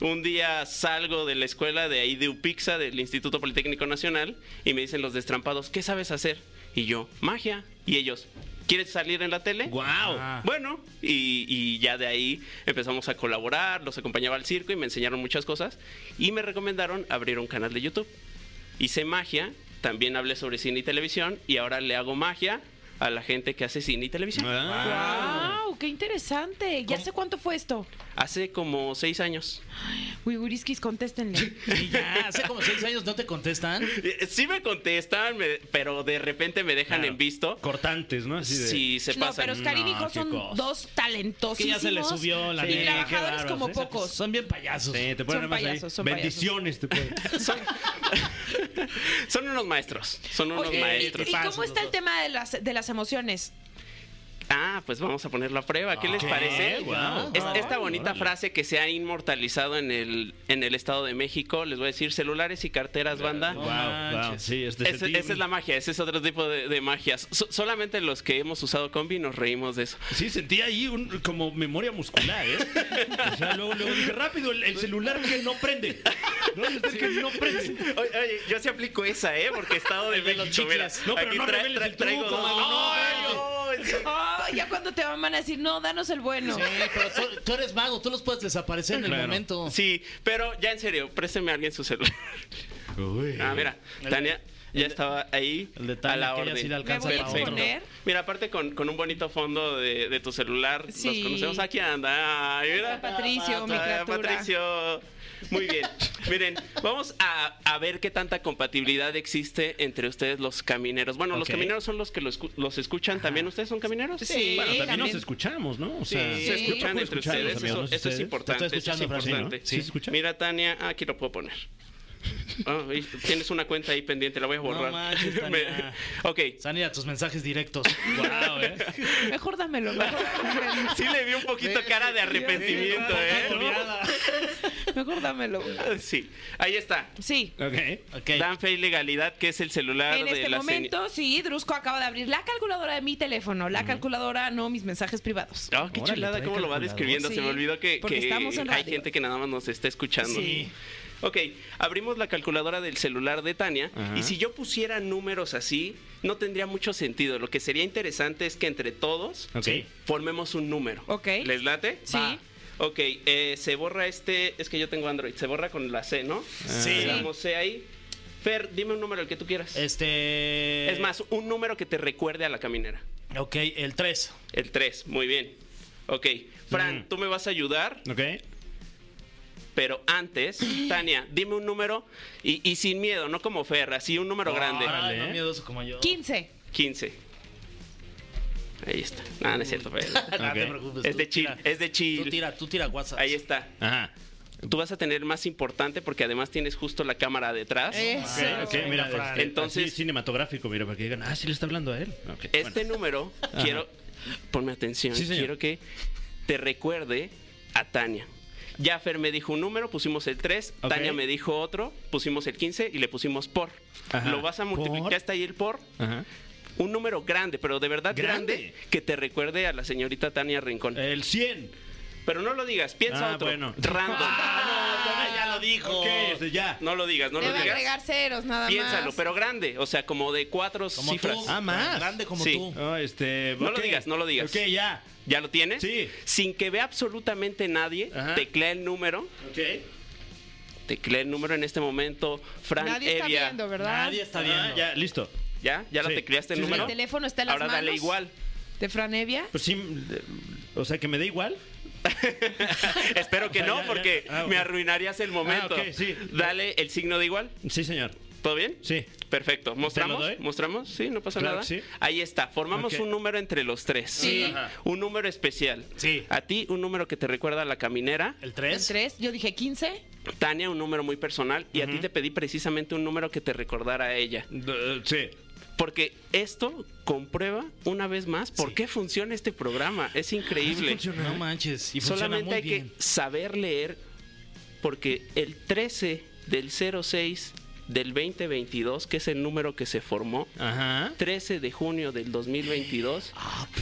S10: Un día salgo de la escuela de ahí de UPIXA, del Instituto Politécnico Nacional, y me dicen los destrampados, ¿qué sabes hacer? Y yo, magia. Y ellos, ¿quieres salir en la tele?
S3: ¡Guau!
S4: Ah.
S10: Bueno, y, y ya de ahí empezamos a colaborar, los acompañaba al circo y me enseñaron muchas cosas y me recomendaron abrir un canal de YouTube. Hice magia, también hablé sobre cine y televisión y ahora le hago magia a la gente que hace cine y televisión.
S3: Ah.
S2: ¡Wow! ¡Qué interesante! ¿Ya sé cuánto fue esto?
S10: Hace como seis años.
S2: Wiwiriskis, contéstenle.
S4: Sí, ya, hace como seis años no te contestan.
S10: Eh, Sí me contestan, me- pero de repente me dejan
S3: Claro.
S10: en visto.
S3: Cortantes, ¿no? Así de...
S10: Sí, se
S2: No,
S10: pasan.
S2: pero Oscarín y
S3: No,
S2: Jo
S3: qué
S2: son
S3: cosa.
S2: dos talentosos.
S4: Que ya se les subió la
S2: Y
S4: neta, qué
S2: trabajadores
S4: bárbaros,
S2: como
S4: ¿eh?
S2: pocos.
S4: Son bien payasos.
S3: Sí, te ponen
S2: Son
S3: más
S2: payasos,
S3: ahí.
S2: son
S3: Bendiciones te ponen.
S10: Son unos maestros. Son unos
S2: Oye, ¿y-
S10: maestros.
S2: ¿y, cómo está el tema de las, de las emociones?
S10: Ah, pues vamos a ponerlo a prueba. ¿Qué les
S3: Ah,
S10: parece?
S3: guau.
S10: Es-
S3: Ay,
S10: esta bonita
S3: órale.
S10: frase que se ha inmortalizado en el, en el Estado de México, les voy a decir celulares y carteras, banda.
S4: No
S3: Wow, wow.
S4: manches.
S3: Sí, este
S10: Ese- esa es la magia, ese es otro tipo de, de magias. So- solamente los que hemos usado combi nos reímos de eso.
S3: Sí, sentí ahí un, como memoria muscular, ¿eh? O sea, luego, luego dije, rápido, el, el celular que no prende. No, el que no prende.
S10: Oye, oye, yo sí aplico esa, ¿eh? Porque Estado de
S4: El de los
S10: México, mira,
S4: chicles.
S3: No, pero no
S10: tra-
S3: reveles
S10: tra-
S3: el truco, mano, no,
S10: Ay, no,
S2: Oh, ya cuando te van a decir, no, danos el bueno.
S4: Sí, pero tú, tú eres mago, tú los puedes desaparecer en el
S3: Claro.
S4: momento.
S10: Sí, pero ya en serio, présteme a alguien su celular.
S3: Uy.
S10: Ah, mira, Tania
S4: el de-
S10: ya estaba ahí
S4: el de
S10: a
S4: Tania,
S10: la
S4: que ella
S10: orden.
S4: sí le
S2: alcanza
S10: Perfecto.
S2: para otro.
S10: Mira, aparte con, con un bonito fondo de, de tu celular, los
S2: Sí.
S10: conocemos. Aquí anda. Ay, mira.
S2: Patricio, mi
S10: Ah,
S2: criatura.
S10: Patricio. Muy bien. Miren, vamos a, a ver qué tanta compatibilidad existe entre ustedes los camineros. Bueno, los
S3: Ok.
S10: camineros son los que los, escu- los escuchan también. ¿Ustedes son camineros?
S2: Sí,
S3: Bueno, también,
S2: también.
S3: nos escuchamos, ¿no? O sea,
S10: Se
S2: Sí.
S10: escuchan entre ustedes, eso, eso es importante.
S4: Te estoy
S10: eso es
S4: escuchando, Fran, sí, ¿no?
S10: importante.
S3: ¿Sí se escucha?
S10: Mira, Tania, ah, aquí lo puedo poner. Ah, y tienes una cuenta ahí pendiente, la voy a borrar.
S4: manches, Tania.
S10: Me- ok,
S4: Sani, a tus mensajes directos. Wow, ¿eh?
S2: Mejor dámelo. mejor dámelo.
S10: sí le vi un poquito cara de arrepentimiento, ¿eh?
S2: Mejor dámelo.
S10: Sí, ahí está.
S2: Sí.
S3: Ok.
S4: Ok.
S10: Dan fe y legalidad, que es el celular
S2: En
S10: Ah, de
S2: este
S10: la
S2: momento, sí, Drusco acaba de abrir la calculadora de mi teléfono. La calculadora, no mis mensajes privados.
S10: Ah, qué
S4: Órale,
S10: chulada
S4: trae
S10: cómo lo va
S4: calculadora.
S10: describiendo. Se
S2: Sí,
S10: me olvidó que,
S2: porque
S10: que
S2: estamos en
S10: hay
S2: radio.
S10: gente que nada más nos está escuchando.
S2: Sí.
S10: Ok, abrimos la calculadora del celular de Tania y si yo pusiera números así, no tendría mucho sentido. Lo que sería interesante es que entre todos
S3: Ok.
S10: formemos un número.
S2: Ok.
S10: ¿Les late?
S2: Sí. Va.
S10: Ok, eh, se borra este, es que yo tengo Android, se borra con la C, ¿no?
S4: Sí.
S10: Le damos C ahí. Fer, dime un número el que tú quieras.
S4: Este.
S10: es más, un número que te recuerde a la caminera.
S4: Ok, el 3.
S10: El 3, muy bien. Ok, Fran,
S3: Mm.
S10: tú me vas a ayudar,
S3: Ok.
S10: pero antes, Tania, dime un número y, y sin miedo, no como Fer, así un número grande.
S4: Ay, no
S3: ¿eh?
S4: miedoso como yo.
S2: 15.
S10: 15. Ahí está. No, no es cierto, Fer.
S4: Ah, no te
S3: Ok.
S4: preocupes.
S10: es
S4: Pues tú
S10: de chill,
S4: tira.
S10: es de
S4: Tú
S10: chill.
S4: tira, tú tira WhatsApp.
S10: Ahí está.
S3: Ajá.
S10: Tú vas a tener más importante porque además tienes justo la cámara detrás.
S3: Ok,
S2: Eso.
S3: ok, mira,
S4: Fran.
S3: este,
S10: Entonces-
S3: así cinematográfico, mira, para que digan, ah, sí le está hablando a él. Ok,
S10: Este
S3: bueno.
S10: número, quiero. Ponme atención.
S3: Sí, señor.
S10: quiero que te recuerde a Tania. Ya Fer me dijo un número, pusimos el 3.
S3: Ok.
S10: Tania me dijo otro, pusimos el 15 y le pusimos por.
S3: Ajá.
S10: Lo vas a multiplicar,
S3: ¿Por?
S10: está ahí el por.
S3: Ajá.
S10: Un número grande, pero de verdad grande,
S3: Grande.
S10: que te recuerde a la señorita Tania Rincón.
S3: El 100.
S10: Pero no lo digas, piensa
S3: Ah,
S10: otro.
S3: bueno.
S10: Random.
S4: Ah, ya lo dijo.
S3: Ok, este, ya.
S10: No lo digas, no
S2: Debe
S10: lo digas.
S2: agregar ceros, nada
S10: Piénsalo,
S2: más.
S10: pero grande, o sea, como de cuatro
S4: Como
S10: cifras.
S4: tú.
S3: Ah, más.
S4: Grande como
S10: Sí.
S4: tú.
S3: Ah, este,
S10: No lo
S3: ok.
S10: digas, no lo digas.
S3: Ok, ya.
S10: ¿Ya lo tienes?
S3: Sí.
S10: Sin que vea absolutamente nadie,
S3: Ajá.
S10: teclea el número.
S3: Ok.
S10: Teclea el número en este momento, Fran
S2: Nadie está
S10: Evia.
S2: viendo, ¿verdad?
S4: Nadie está viendo.
S3: Ah, ya, listo.
S10: ¿Ya? ¿Ya
S3: Sí.
S10: lo tecleaste el
S3: Sí, sí.
S10: número?
S2: El teléfono está en las
S10: Ahora dale
S2: manos.
S10: igual.
S2: De Franevia.
S3: Pues sí, de- o sea, que me dé igual.
S10: Espero que
S3: O sea,
S10: no,
S3: ya, ya.
S10: porque
S3: Ah, ok.
S10: me arruinarías el momento.
S3: Ah, ok, sí.
S10: Dale el signo de igual.
S3: Sí, señor.
S10: ¿Todo bien?
S3: Sí.
S10: Perfecto. ¿Mostramos?
S3: doy?
S10: ¿Mostramos? Sí, no pasa
S3: Claro
S10: nada.
S3: que sí.
S10: Ahí está. Formamos
S3: Ok.
S10: un número entre los tres.
S2: Sí.
S3: Ajá.
S10: Un número especial.
S4: Sí.
S10: A ti, un número que te recuerda a la caminera.
S4: El
S2: El
S4: 3.
S2: 3. Yo dije 15.
S10: Tania, un número muy personal. Y a ti te pedí precisamente un número que te recordara a ella.
S3: D- sí.
S10: Eh, Porque esto comprueba una vez más por
S4: Sí.
S10: qué funciona este programa.
S3: Ah,
S10: Es increíble.
S4: No manches. Y funciona
S10: Solamente
S4: muy
S10: hay
S4: bien.
S10: que saber leer porque el 13 del 06 del 2022, que es el número que se formó,
S3: Ajá.
S10: 13 de junio del 2022,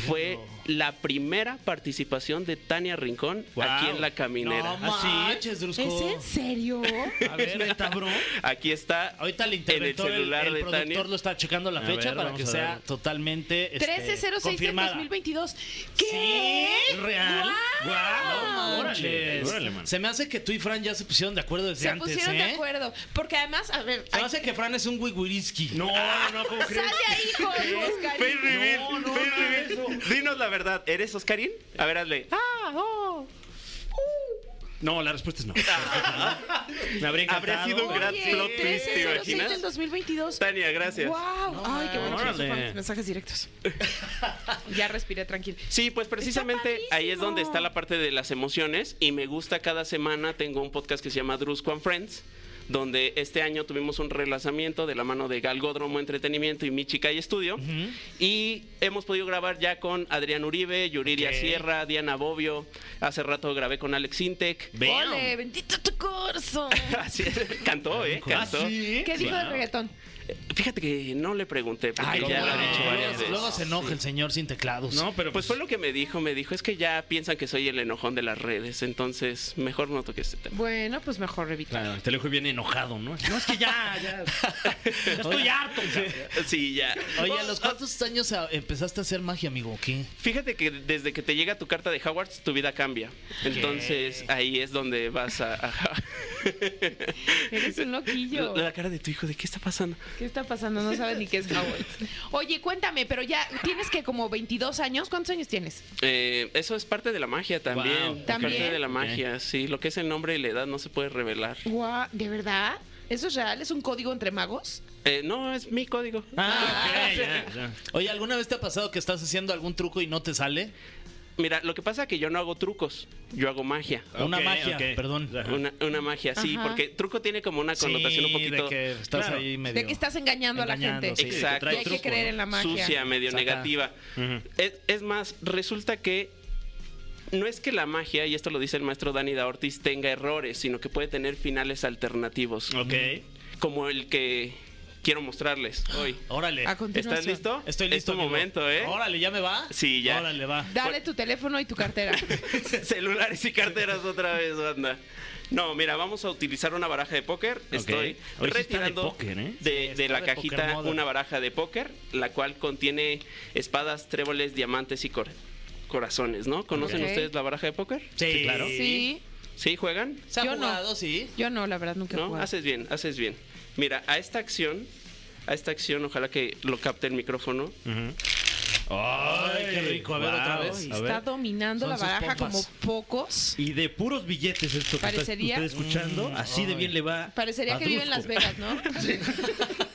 S10: fue la primera participación de Tania Rincón aquí en La Caminera. ¿Ah,
S4: No manches, Drusco.
S2: ¿Es en serio?
S4: A ver, neta, bro.
S10: Aquí está
S4: Ahorita el
S10: en el
S4: interventor, el,
S10: celular
S4: el
S10: de
S4: productor
S10: Tania.
S4: lo está checando la
S3: A
S4: fecha
S3: ver,
S4: para
S3: vamos
S4: que
S3: a
S4: sea
S3: ver.
S4: totalmente este,
S2: 1306 del
S4: confirmada.
S2: 2022.
S4: Sí,
S2: ¿Qué?
S4: real.
S2: ¡Guau!
S4: Guau, órale.
S3: Órale, man.
S4: Se me hace que tú y Fran ya se pusieron de acuerdo desde
S2: Se
S4: antes,
S2: pusieron de
S4: ¿eh?
S2: acuerdo. Porque además, a ver.
S4: Se me
S10: Ah,
S2: ay,
S4: hace que Fran es un wigwiriski.
S3: No, no, ¿cómo
S2: ¡Sale
S3: crees?
S2: ahí, Jorge
S10: Fair
S2: Oscarín!
S10: reveal,
S3: No, no,
S10: fair
S3: no,
S10: reveal.
S3: eso.
S10: Dinos la verdad, ¿eres Oscarín? A ver, hazle.
S2: ¡Ah, oh!
S3: No, la respuesta es no. Me habría encantado.
S10: Ah. Habría sido un gran
S2: Oye,
S10: plot twist, ¿te
S2: 1306 del
S10: imaginas?
S2: 2022.
S10: Tania, gracias.
S2: ¡Wow! ¡Ay, qué bueno! que ya
S3: órale.
S2: supo mis mensajes directos. ya respiré tranquilo.
S10: Sí, pues precisamente
S2: Está
S10: ahí es donde
S2: padrísimo.
S10: está la parte de las emociones y me gusta cada semana, tengo un podcast que se llama Drusco and Friends, donde este año tuvimos un relanzamiento de la mano de Galgódromo Entretenimiento y Michi Calle Estudio y hemos podido grabar ya con Adrián Uribe, Yuriria
S4: Ok.
S10: Sierra, Diana Bobbio, hace rato grabé con Alex Intec.
S4: Vean.
S2: ¡Ole! ¡Bendito tu corso!
S10: Así es, cantó, ¿eh? Cantó.
S2: ¿Qué dijo
S3: Wow.
S2: del reggaetón?
S10: Fíjate que no le pregunté porque
S4: Ay,
S10: ya lo han
S4: luego-
S10: hecho varias
S4: luego-
S10: veces.
S4: Luego se enoja el señor sin teclados.
S3: No, pero
S10: Pues
S3: pues,
S10: fue lo que me dijo, me dijo, es que ya piensan que soy el enojón de las redes, entonces mejor no toque este tema.
S2: Bueno, pues mejor evitar.
S3: Claro, te lo dejo bien enojado, ¿no? No, es que ya, ya. ya estoy harto. cabrón.
S10: Sí, ya.
S4: Oye, ¿a los cuántos años ah, empezaste a hacer magia, amigo? ¿Qué?
S10: Fíjate que desde que te llega tu carta de Howard, tu vida cambia. Entonces ahí es donde vas a... a-
S2: Eres un loquillo.
S10: La cara de tu hijo, ¿de qué está pasando?
S2: ¿Qué está pasando? No sabes ni qué es Howard. Oye, cuéntame, pero ya tienes que como 22 años. ¿Cuántos años tienes?
S10: Eh, eso es parte de la magia también.
S3: Wow.
S2: También.
S10: Parte de la magia, sí. Lo que es el nombre y la edad no se puede revelar.
S2: Guau, ¿De verdad? ¿Eso es real? ¿Es un código entre magos?
S10: Eh, no, es mi código.
S3: Ah, ok, ya, ya.
S4: Oye, ¿alguna vez te ha pasado que estás haciendo algún truco y no te sale?
S10: Mira, lo que pasa es que yo no hago trucos, yo hago magia.
S4: Una
S3: Ok,
S4: magia,
S3: ok.
S4: perdón.
S3: Ajá.
S10: Una, una magia, sí,
S2: Ajá.
S10: porque truco tiene como una connotación un
S4: Sí,
S10: poquito...
S4: de que estás
S3: Claro.
S4: ahí medio...
S2: ¿De que estás engañando,
S4: Engañando,
S2: a la
S4: sí,
S2: gente?
S3: que
S10: Exacto.
S2: Y
S3: trae
S2: hay que
S3: truco,
S2: creer
S3: ¿no?
S2: en la magia.
S10: sucia, medio
S4: Saca.
S10: negativa.
S3: Ujú.
S10: Es, es más, resulta que no es que la magia, y esto lo dice el maestro Dani da Ortiz, tenga errores, sino que puede tener finales alternativos.
S4: Ok.
S10: Como el que quiero mostrarles hoy.
S4: Órale.
S2: A continuación.
S10: ¿Estás listo?
S4: Estoy
S10: Es
S4: listo.
S10: tu
S4: amigo.
S10: momento, ¿eh?
S4: Órale, ¿ya me va?
S10: Sí, ya.
S4: Órale, va.
S2: Dale tu teléfono y tu cartera.
S10: Celulares y carteras otra vez, banda. No, mira, vamos a utilizar una baraja de póker. Estoy
S3: Hoy sí está de
S10: retirando
S3: póker, ¿eh?
S4: Sí,
S10: de- de
S4: está
S10: la
S4: de Poker
S10: cajita
S4: Mode.
S10: una baraja de póker, la cual contiene espadas, tréboles, diamantes y cor- corazones, ¿no? ¿Conocen
S2: Ok.
S10: ustedes la baraja de póker?
S4: Sí, claro.
S2: Sí.
S10: ¿Sí juegan?
S4: ¿Se ha
S2: Yo no.
S4: jugado? Sí.
S2: Yo no, la verdad, nunca he
S10: No,
S2: jugado.
S10: haces bien, haces bien. Mira, a esta acción, a esta acción, ojalá que lo capte el micrófono.
S4: Ay, qué rico. A ver, otra
S3: guau.
S4: vez.
S2: Está dominando
S4: Son
S2: la
S4: sus
S2: baraja como
S4: pompas.
S2: pocos.
S3: Y de puros billetes esto que está
S2: Parecería-
S3: usted escuchando, así de bien le va.
S2: Parecería
S3: a
S2: que vive en Las
S3: Drusco.
S2: Vegas, ¿no?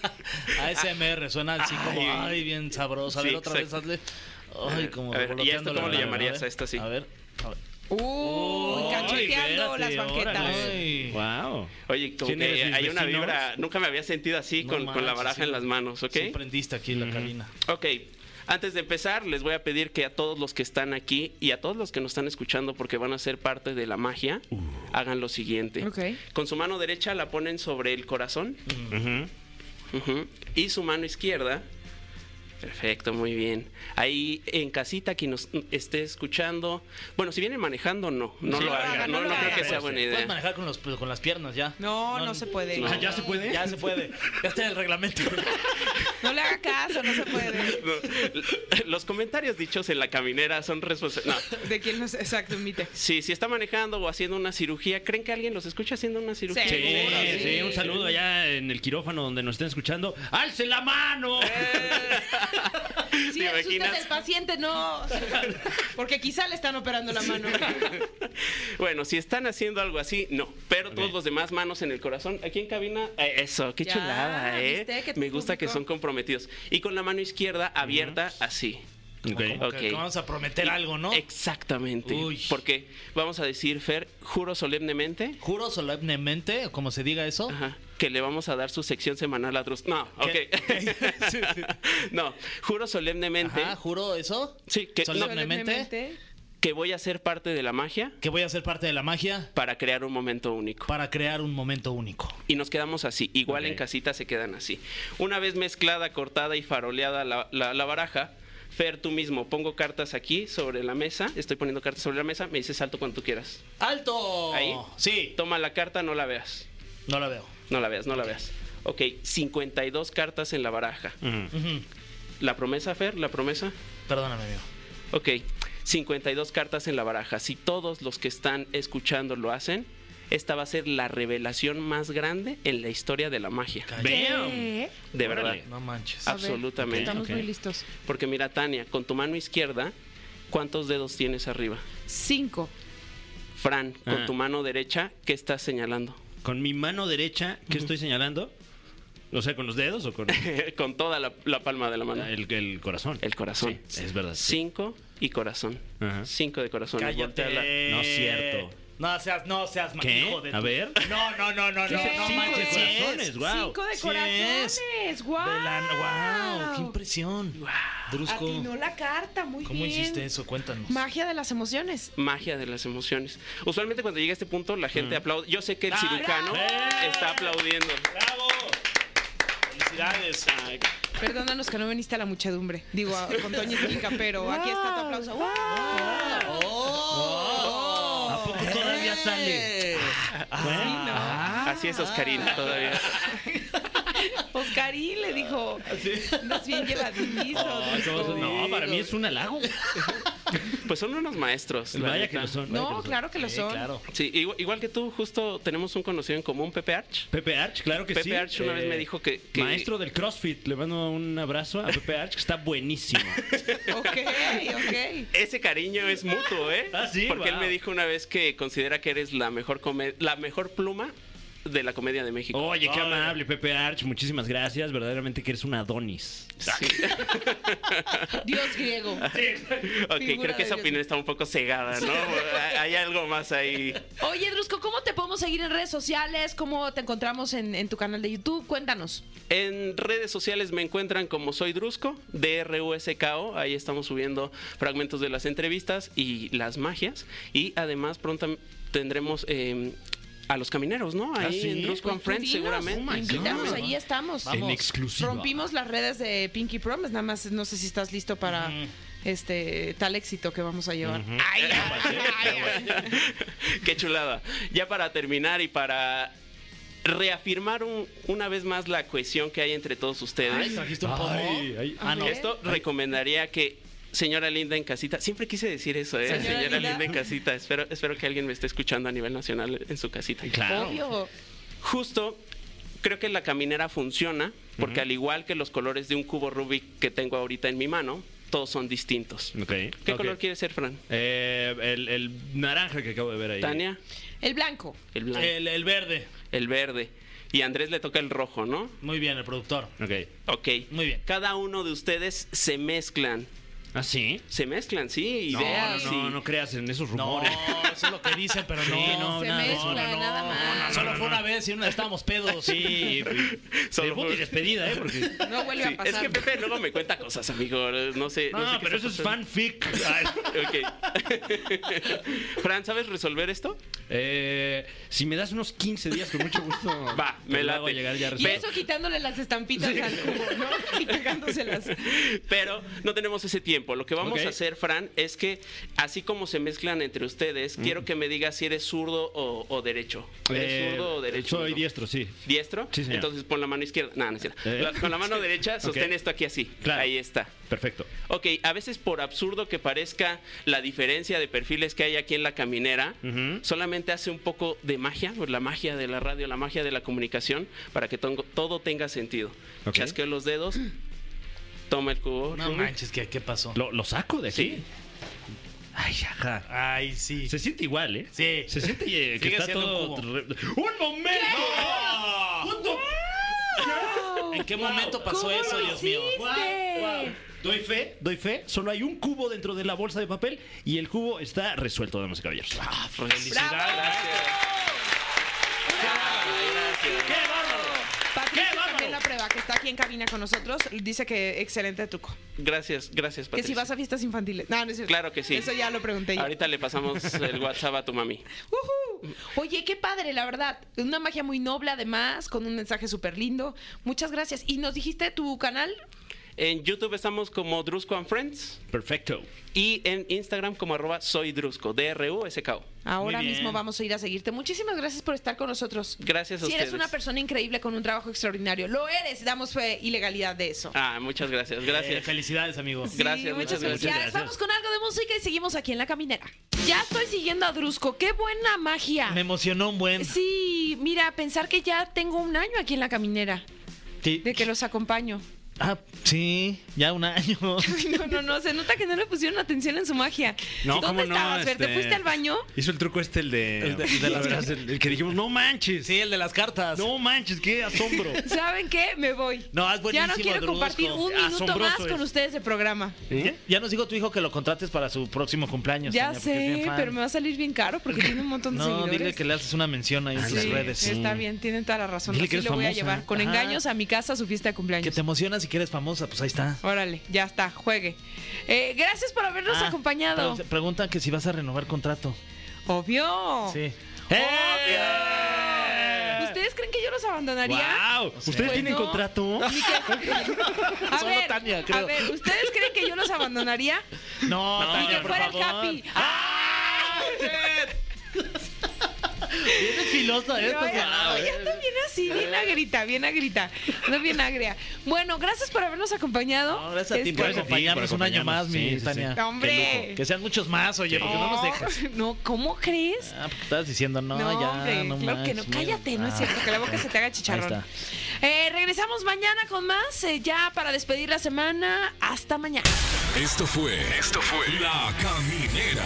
S4: ASMR suena así como, ay, bien sabroso. A ver,
S10: Sí,
S4: otra
S10: exacto.
S4: vez hazle. Ay, como
S10: A ver, ¿y a
S4: revoloteando
S10: esto
S4: la
S10: cómo le
S4: mano.
S10: llamarías?
S4: ver,
S10: A esta sí.
S4: A ver. a ver.
S2: Uy,
S4: Ay,
S2: cacheteando las
S4: espérate,
S2: banquetas.
S4: órale. Ay.
S3: Wow.
S10: Oye, como
S3: ¿Quién
S10: que
S3: eres, mis
S10: hay una
S3: vecinos?
S10: vibra, nunca me había sentido así
S4: No
S10: con, con la
S4: manches,
S10: baraja
S4: sí.
S10: en las manos, ¿ok?
S4: Sí, prendiste aquí la cabina.
S10: Ok, antes de empezar, les voy a pedir que a todos los que están aquí y a todos los que nos están escuchando, porque van a ser parte de la magia, hagan lo siguiente.
S2: Ok.
S10: Con su mano derecha la ponen sobre el corazón Ujú. y su mano izquierda. Perfecto, muy bien. Ahí en casita, quien nos esté escuchando. Bueno, si viene manejando, no. No
S4: Sí,
S10: lo
S4: no lo
S10: haga.
S2: haga,
S10: No,
S2: no lo
S10: no creo
S2: haga.
S10: que sea buena idea.
S4: Puedes manejar con, los, con las piernas ya.
S2: No, no se puede.
S10: No.
S4: Ah,
S10: ¿Ya
S4: se puede? Ya se puede. Ya está en el reglamento.
S2: No le haga caso, no se puede.
S10: No, Los comentarios dichos en la caminera son responsables.
S2: ¿De quién nos exacto mite?
S10: Sí, si está manejando o haciendo una cirugía, ¿creen que alguien los escucha haciendo una cirugía?
S2: Sí.
S3: Sí,
S2: Seguro,
S3: sí,
S2: sí.
S3: un saludo allá en el quirófano donde nos estén escuchando. ¡Alce la mano!
S2: Si
S10: ¿Te
S2: asustas
S10: imaginas?
S2: al paciente, no. Porque quizá le están operando la mano.
S10: Bueno, si están haciendo algo así, no. Pero todos
S3: Ok.
S10: los demás, manos en el corazón. Aquí en cabina, eh, eso, qué
S2: Ya,
S10: chulada, ¿eh?
S2: ¿viste? Que tu
S10: Me gusta que
S2: público-
S10: son comprometidos. Y con la mano izquierda abierta, así.
S4: Como que
S10: Ok.
S4: vamos a prometer algo, ¿no?
S10: Exactamente.
S4: Uy.
S10: Porque vamos a decir, Fer, juro solemnemente
S4: Juro solemnemente, como se diga eso.
S10: ajá, que le vamos a dar su sección semanal a Drus. No,
S4: ¿Qué?
S10: ok. no, juro solemnemente
S4: Ajá, juro eso.
S10: Sí, que-
S4: solemnemente.
S10: que voy a ser parte de la magia
S4: Que voy a ser parte de la magia
S10: para crear un momento único.
S4: para crear un momento único.
S10: Y nos quedamos así. Igual
S3: Ok.
S10: en casita se quedan así. Una vez mezclada, cortada y faroleada la, la- la baraja, Fer, tú mismo, pongo cartas aquí sobre la mesa. Estoy poniendo cartas sobre la mesa. Me dices salto cuando tú quieras.
S4: ¡Alto!
S10: Ahí.
S4: Sí.
S10: Toma la carta, no la veas.
S4: No la veo.
S10: No la veas, no la veas. Ok, 52 cartas en la baraja.
S3: Ujú.
S4: Ujú.
S10: ¿La promesa, Fer? ¿La promesa?
S4: Perdóname, amigo.
S10: Ok, 52 cartas en la baraja. Si todos los que están escuchando lo hacen, esta va a ser la revelación más grande en la historia de la magia.
S2: ¿Qué?
S10: De verdad.
S3: Órale.
S4: No manches.
S2: A ver,
S10: Absolutamente.
S2: Estamos
S3: Ok.
S2: muy listos.
S10: Porque mira, Tania, con tu mano izquierda, ¿cuántos dedos tienes arriba?
S2: Cinco.
S10: Fran, con
S3: Ah.
S10: tu mano derecha, ¿qué estás señalando?
S3: Con mi mano derecha, ¿qué estoy señalando? O sea, ¿con los dedos o con
S10: con toda la, la palma de la mano.
S3: el, el corazón?
S10: El corazón.
S3: Sí, es verdad. sí.
S10: Cinco y corazón.
S3: Ajá.
S10: Cinco de corazón. Voltea la-
S3: No es cierto.
S4: No seas, no seas ma-
S3: ¿Qué?
S4: hijo de
S3: A
S4: tu-
S3: ver.
S4: No, no, no, no, no,
S2: Sí,
S4: no
S2: cinco
S4: manches.
S2: de
S4: sí es.
S3: corazones, guau.
S2: Cinco de
S4: Sí
S2: corazones. ¡Guau!
S4: De la- guau, ¡Qué impresión! Drusco,
S2: Atinó la carta, muy
S4: Pues, ¿cómo
S2: bien.
S4: hiciste eso? Cuéntanos.
S2: Magia de las emociones.
S10: Magia de las emociones. Usualmente cuando llega a este punto la gente aplaude. Yo sé que el
S4: Ah,
S10: cirujano
S3: ¡eh!
S4: bravo.
S10: está aplaudiendo.
S4: ¡Bravo! ¡Felicidades!
S2: Perdónanos que no viniste a la muchedumbre. Digo, a- con Toño y Mica, pero Oh, aquí está tu aplauso. ¡Guau!
S4: ¡Oh!
S2: ¿A poco todavía
S4: sale?
S3: Ah.
S10: Así es, Oscarina, todavía.
S2: Oh. Oscarín le dijo, andas bien llevadizo.
S3: Ay,
S2: dijo.
S3: Oh, ¿cómo se- no, para mí es un halago.
S10: Pues son unos maestros. la
S3: Vaya
S10: neta.
S3: que lo son. vaya que
S2: No,
S3: lo son.
S2: claro que lo
S4: Sí,
S2: son.
S4: claro.
S10: Sí, igual, igual que tú, justo tenemos un conocido en común, Pepe Arch.
S3: Pepe Arch, claro que
S10: Pepe
S3: sí. Eh,
S10: Arch una vez me dijo que- que-
S3: Maestro del CrossFit, le mando un abrazo a Pepe Arch, que está buenísimo.
S2: Ok, ok.
S10: Ese cariño es mutuo, ¿eh?
S3: Ah, sí,
S10: Porque él
S3: wow.
S10: me dijo una vez que considera que eres la mejor come- la mejor pluma de la comedia de México.
S3: Oye, qué amable, Pepe Arch. Muchísimas gracias. Verdaderamente que eres un Adonis.
S10: Sí.
S2: Dios griego.
S10: ok,
S2: Figura
S10: creo
S2: de
S10: que esa
S2: Dios.
S10: opinión está un poco cegada, ¿no? Hay algo más ahí.
S2: Oye, Drusco, ¿cómo te podemos seguir en redes sociales? ¿Cómo te encontramos en, en tu canal de YouTube? Cuéntanos.
S10: En redes sociales me encuentran como Soy Drusco, D-R-U-S-K-O. Ahí estamos subiendo fragmentos de las entrevistas y las magias. Y además pronto tendremos eh, a los camineros, ¿no? Ahí
S3: Ah, ¿sí?
S10: en Drusco and Friends,
S2: Dinos,
S10: seguramente.
S3: Oh,
S2: Invítanos, ahí estamos.
S4: Vamos.
S3: En exclusiva.
S2: Rompimos las redes de Pinky Promise, nada más no sé si estás listo para este tal éxito que vamos a llevar. Ay, ay, ay, ay.
S10: Qué chulada. Ya para terminar y para reafirmar un- una vez más la cohesión que hay entre todos ustedes.
S4: ¿Trajiste un pomo?
S3: Ay, ay.
S4: Ah, no.
S2: ¿Eh?
S10: Esto recomendaría que señora Linda en casita, siempre quise decir eso, ¿eh?
S2: Señora
S10: Señora,
S2: Linda.
S10: Linda. en casita, espero, espero que alguien me esté escuchando a nivel nacional en su casita.
S3: Claro.
S2: Obvio.
S10: Justo, creo que la caminera funciona porque al igual que los colores de un cubo Rubik que tengo ahorita en mi mano, todos son distintos.
S3: Ok.
S10: ¿Qué
S3: ok.
S10: color quiere ser, Fran?
S3: Eh, el, el naranja que acabo de ver ahí.
S10: Tania,
S2: El blanco.
S10: el blanco, el,
S4: El, el verde.
S10: verde. Y a Andrés le toca el rojo, ¿no?
S4: Muy bien, el productor.
S3: Ok.
S10: Ok.
S4: Muy bien.
S10: Cada uno de ustedes se mezclan.
S3: ¿Ah, sí?
S10: Se mezclan, sí,
S3: No,
S10: ideas.
S3: no,
S10: y-
S3: no, no creas en esos
S4: No,
S3: rumores.
S4: eso es lo que dicen, pero
S3: Sí,
S4: no.
S3: no,
S2: Se
S3: nada,
S2: mezcla,
S3: no, no, no,
S2: nada más.
S4: Solo fue una vez y una estábamos pedos.
S3: Sí,
S10: Solo
S3: debut
S10: fue-
S3: y despedida, ¿eh? Porque...
S2: No vuelve
S10: Sí,
S2: a pasar.
S10: es que Pepe luego me cuenta cosas, amigo. No sé.
S3: No,
S10: sé qué
S3: pero
S10: está
S3: eso es
S10: pasando.
S3: fanfic.
S10: Ok. Fran, ¿sabes resolver esto?
S3: Eh, si me das unos 15 días, con mucho gusto.
S10: Va,
S3: te
S10: me
S3: lo hago
S10: late.
S3: llegar ya
S2: Y
S3: resuelto.
S2: eso quitándole las estampitas al cubo, ¿no? Y pegándoselas.
S10: Pero no tenemos ese tiempo. Lo que vamos
S3: Ok.
S10: a hacer, Fran, es que así como se mezclan entre
S3: Mm.
S10: ustedes, quiero que me digas si eres zurdo o, o derecho. ¿Eres
S3: Eh,
S10: zurdo o derecho?
S3: Soy
S10: ¿no?
S3: diestro, sí.
S10: ¿Diestro?
S3: Sí, señor.
S10: Entonces pon la mano izquierda. No, no es cierto.
S3: Eh.
S10: La- con la mano derecha, sostén
S3: Ok.
S10: esto aquí así.
S3: Claro.
S10: Ahí está.
S3: Perfecto.
S10: Ok, a veces por absurdo que parezca la diferencia de perfiles que hay aquí en la caminera,
S3: Ujú.
S10: solamente hace un poco de magia, pues, la magia de la radio, la magia de la comunicación, para que tongo- todo tenga sentido.
S3: Ok.
S10: Chasqueo los dedos, toma el cubo.
S4: No
S10: Rubik.
S4: manches, ¿qué, qué pasó?
S3: Lo, lo saco de aquí.
S10: Sí.
S3: Ay, ajá.
S4: Ay, sí.
S3: Se siente igual, ¿eh?
S4: Sí.
S3: Se siente eh, que
S4: Sigue
S3: está
S4: siendo
S3: todo.
S4: un cubo.
S3: re- ¡Un momento!
S4: ¡Oh!
S3: ¡Punto!
S4: ¿En qué momento pasó
S2: ¿Cómo
S4: eso,
S2: lo
S4: Dios mío?
S2: hiciste?
S3: Doy fe, doy fe. Solo hay un cubo dentro de la bolsa de papel y el cubo está resuelto, damas y caballeros.
S10: Ah.
S4: Felicidades.
S2: ¡Qué bárbaro!
S10: ¡Eh,
S2: Patricio
S4: ¡Qué bárbaro!
S2: también la prueba, que está aquí en cabina con nosotros, dice que excelente truco.
S10: Gracias, gracias,
S2: Que
S10: Patricia.
S2: si vas a fiestas infantiles. No, no es cierto.
S10: Claro que sí.
S2: Eso ya lo pregunté yo.
S10: Ahorita le pasamos el WhatsApp a tu mami.
S2: ¡Ujú! Oye, qué padre, la verdad. Una magia muy noble, además, con un mensaje súper lindo. Muchas gracias. ¿Y nos dijiste tu canal?
S10: En YouTube estamos como Drusco and Friends
S3: Perfecto.
S10: y en Instagram como arroba soy Drusco, D-R-U-S-K-O.
S2: Ahora
S4: Muy bien.
S2: mismo vamos a ir a seguirte. Muchísimas gracias por estar con nosotros.
S10: Gracias a
S2: Si eres
S10: ustedes.
S2: una persona increíble con un trabajo extraordinario, lo eres, damos fe y legalidad de eso.
S10: Ah, muchas gracias,
S4: Gracias.
S10: gracias.
S4: Eh, felicidades, amigo.
S2: Sí,
S10: Gracias,
S2: muchas
S10: muchas gracias.
S2: felicidades. Vamos con algo de música y seguimos aquí en la caminera. Ya estoy siguiendo a Drusco. ¡Qué buena magia!
S4: Me emocionó un buen.
S2: Sí, mira, pensar que ya tengo un año aquí en la caminera,
S4: Sí.
S2: de que los acompaño.
S4: Ah, sí, ya un año.
S2: No, no, no, se nota que no le pusieron atención en su magia. ¿Dónde estabas, Fer?
S4: Este
S2: ¿Te fuiste al baño?
S3: Este, Hizo el truco este, el de.
S4: El de- el de las-
S3: el, el que dijimos, no manches.
S4: Sí, el de las cartas.
S3: No manches, qué asombro.
S2: ¿Saben qué? Me voy.
S4: No, es
S2: ya
S4: buenísimo,
S2: no quiero
S4: Drusco.
S2: compartir un minuto
S3: Asombroso
S2: más
S3: es.
S2: con ustedes de programa.
S3: ¿eh?
S4: Ya, ¿Eh? ya nos dijo tu hijo que lo contrates para su próximo cumpleaños.
S2: Ya
S4: Tania, porque es bien
S2: sé,
S4: fan.
S2: pero me va a salir bien caro porque tiene un montón de
S4: No,
S2: seguidores.
S4: dile que le haces una mención ahí en sus
S2: Sí,
S4: redes.
S2: está bien, tienen toda la razón.
S4: Dile
S2: Así
S4: que
S2: lo
S4: eres
S2: voy a
S4: famosa.
S2: llevar con
S4: Ajá.
S2: engaños a mi casa a su fiesta de
S4: Que
S2: cumpleaños.
S4: te emocionas y que eres famosa, pues ahí está.
S2: Órale, ya está, juegue. Eh, gracias por habernos
S4: Ah,
S2: acompañado.
S4: pero Preguntan que si vas a renovar contrato.
S2: Obvio.
S4: Sí. ¡Eh! ¡Oh,
S2: Obvio. ¿Ustedes creen que yo los abandonaría?
S3: ¡Wow! ¿Ustedes
S2: Pues
S3: tienen
S2: no.
S3: contrato?
S2: Ni que- A
S4: Solo
S2: ver,
S4: Tania,
S2: a
S4: creo.
S2: ver, ¿ustedes creen que yo los abandonaría?
S4: No,
S2: Ni
S4: Tania,
S2: que
S4: por
S2: fuera el
S4: favor.
S2: happy. ¡Ah!
S4: Eres filosa,
S2: Pero
S4: esto. eh.
S2: ay, ay, ya está bien así, bien agrita, bien agrita, no bien agria. Bueno, gracias por habernos acompañado.
S4: No, gracias a ti
S2: Este,
S4: por
S3: Gracias a ti
S4: acompañarnos
S3: por
S4: un año más,
S3: acompañarnos.
S4: mi
S3: Sí, sí, sí.
S4: Tania.
S2: No, hombre.
S4: Qué lujo. Que sean muchos más, oye, porque no nos dejes.
S2: No, ¿cómo crees?
S4: Ah, porque estabas diciendo, no,
S2: No,
S4: ya,
S2: hombre,
S4: no
S2: claro que no.
S4: manches, mira.
S2: Cállate, no es
S4: Ah,
S2: cierto, que la boca
S4: ok.
S2: se te haga chicharrón.
S4: Ahí
S2: Eh, regresamos mañana con más, eh, ya para despedir la semana. Hasta mañana.
S1: Esto fue. Esto fue. La Caminera.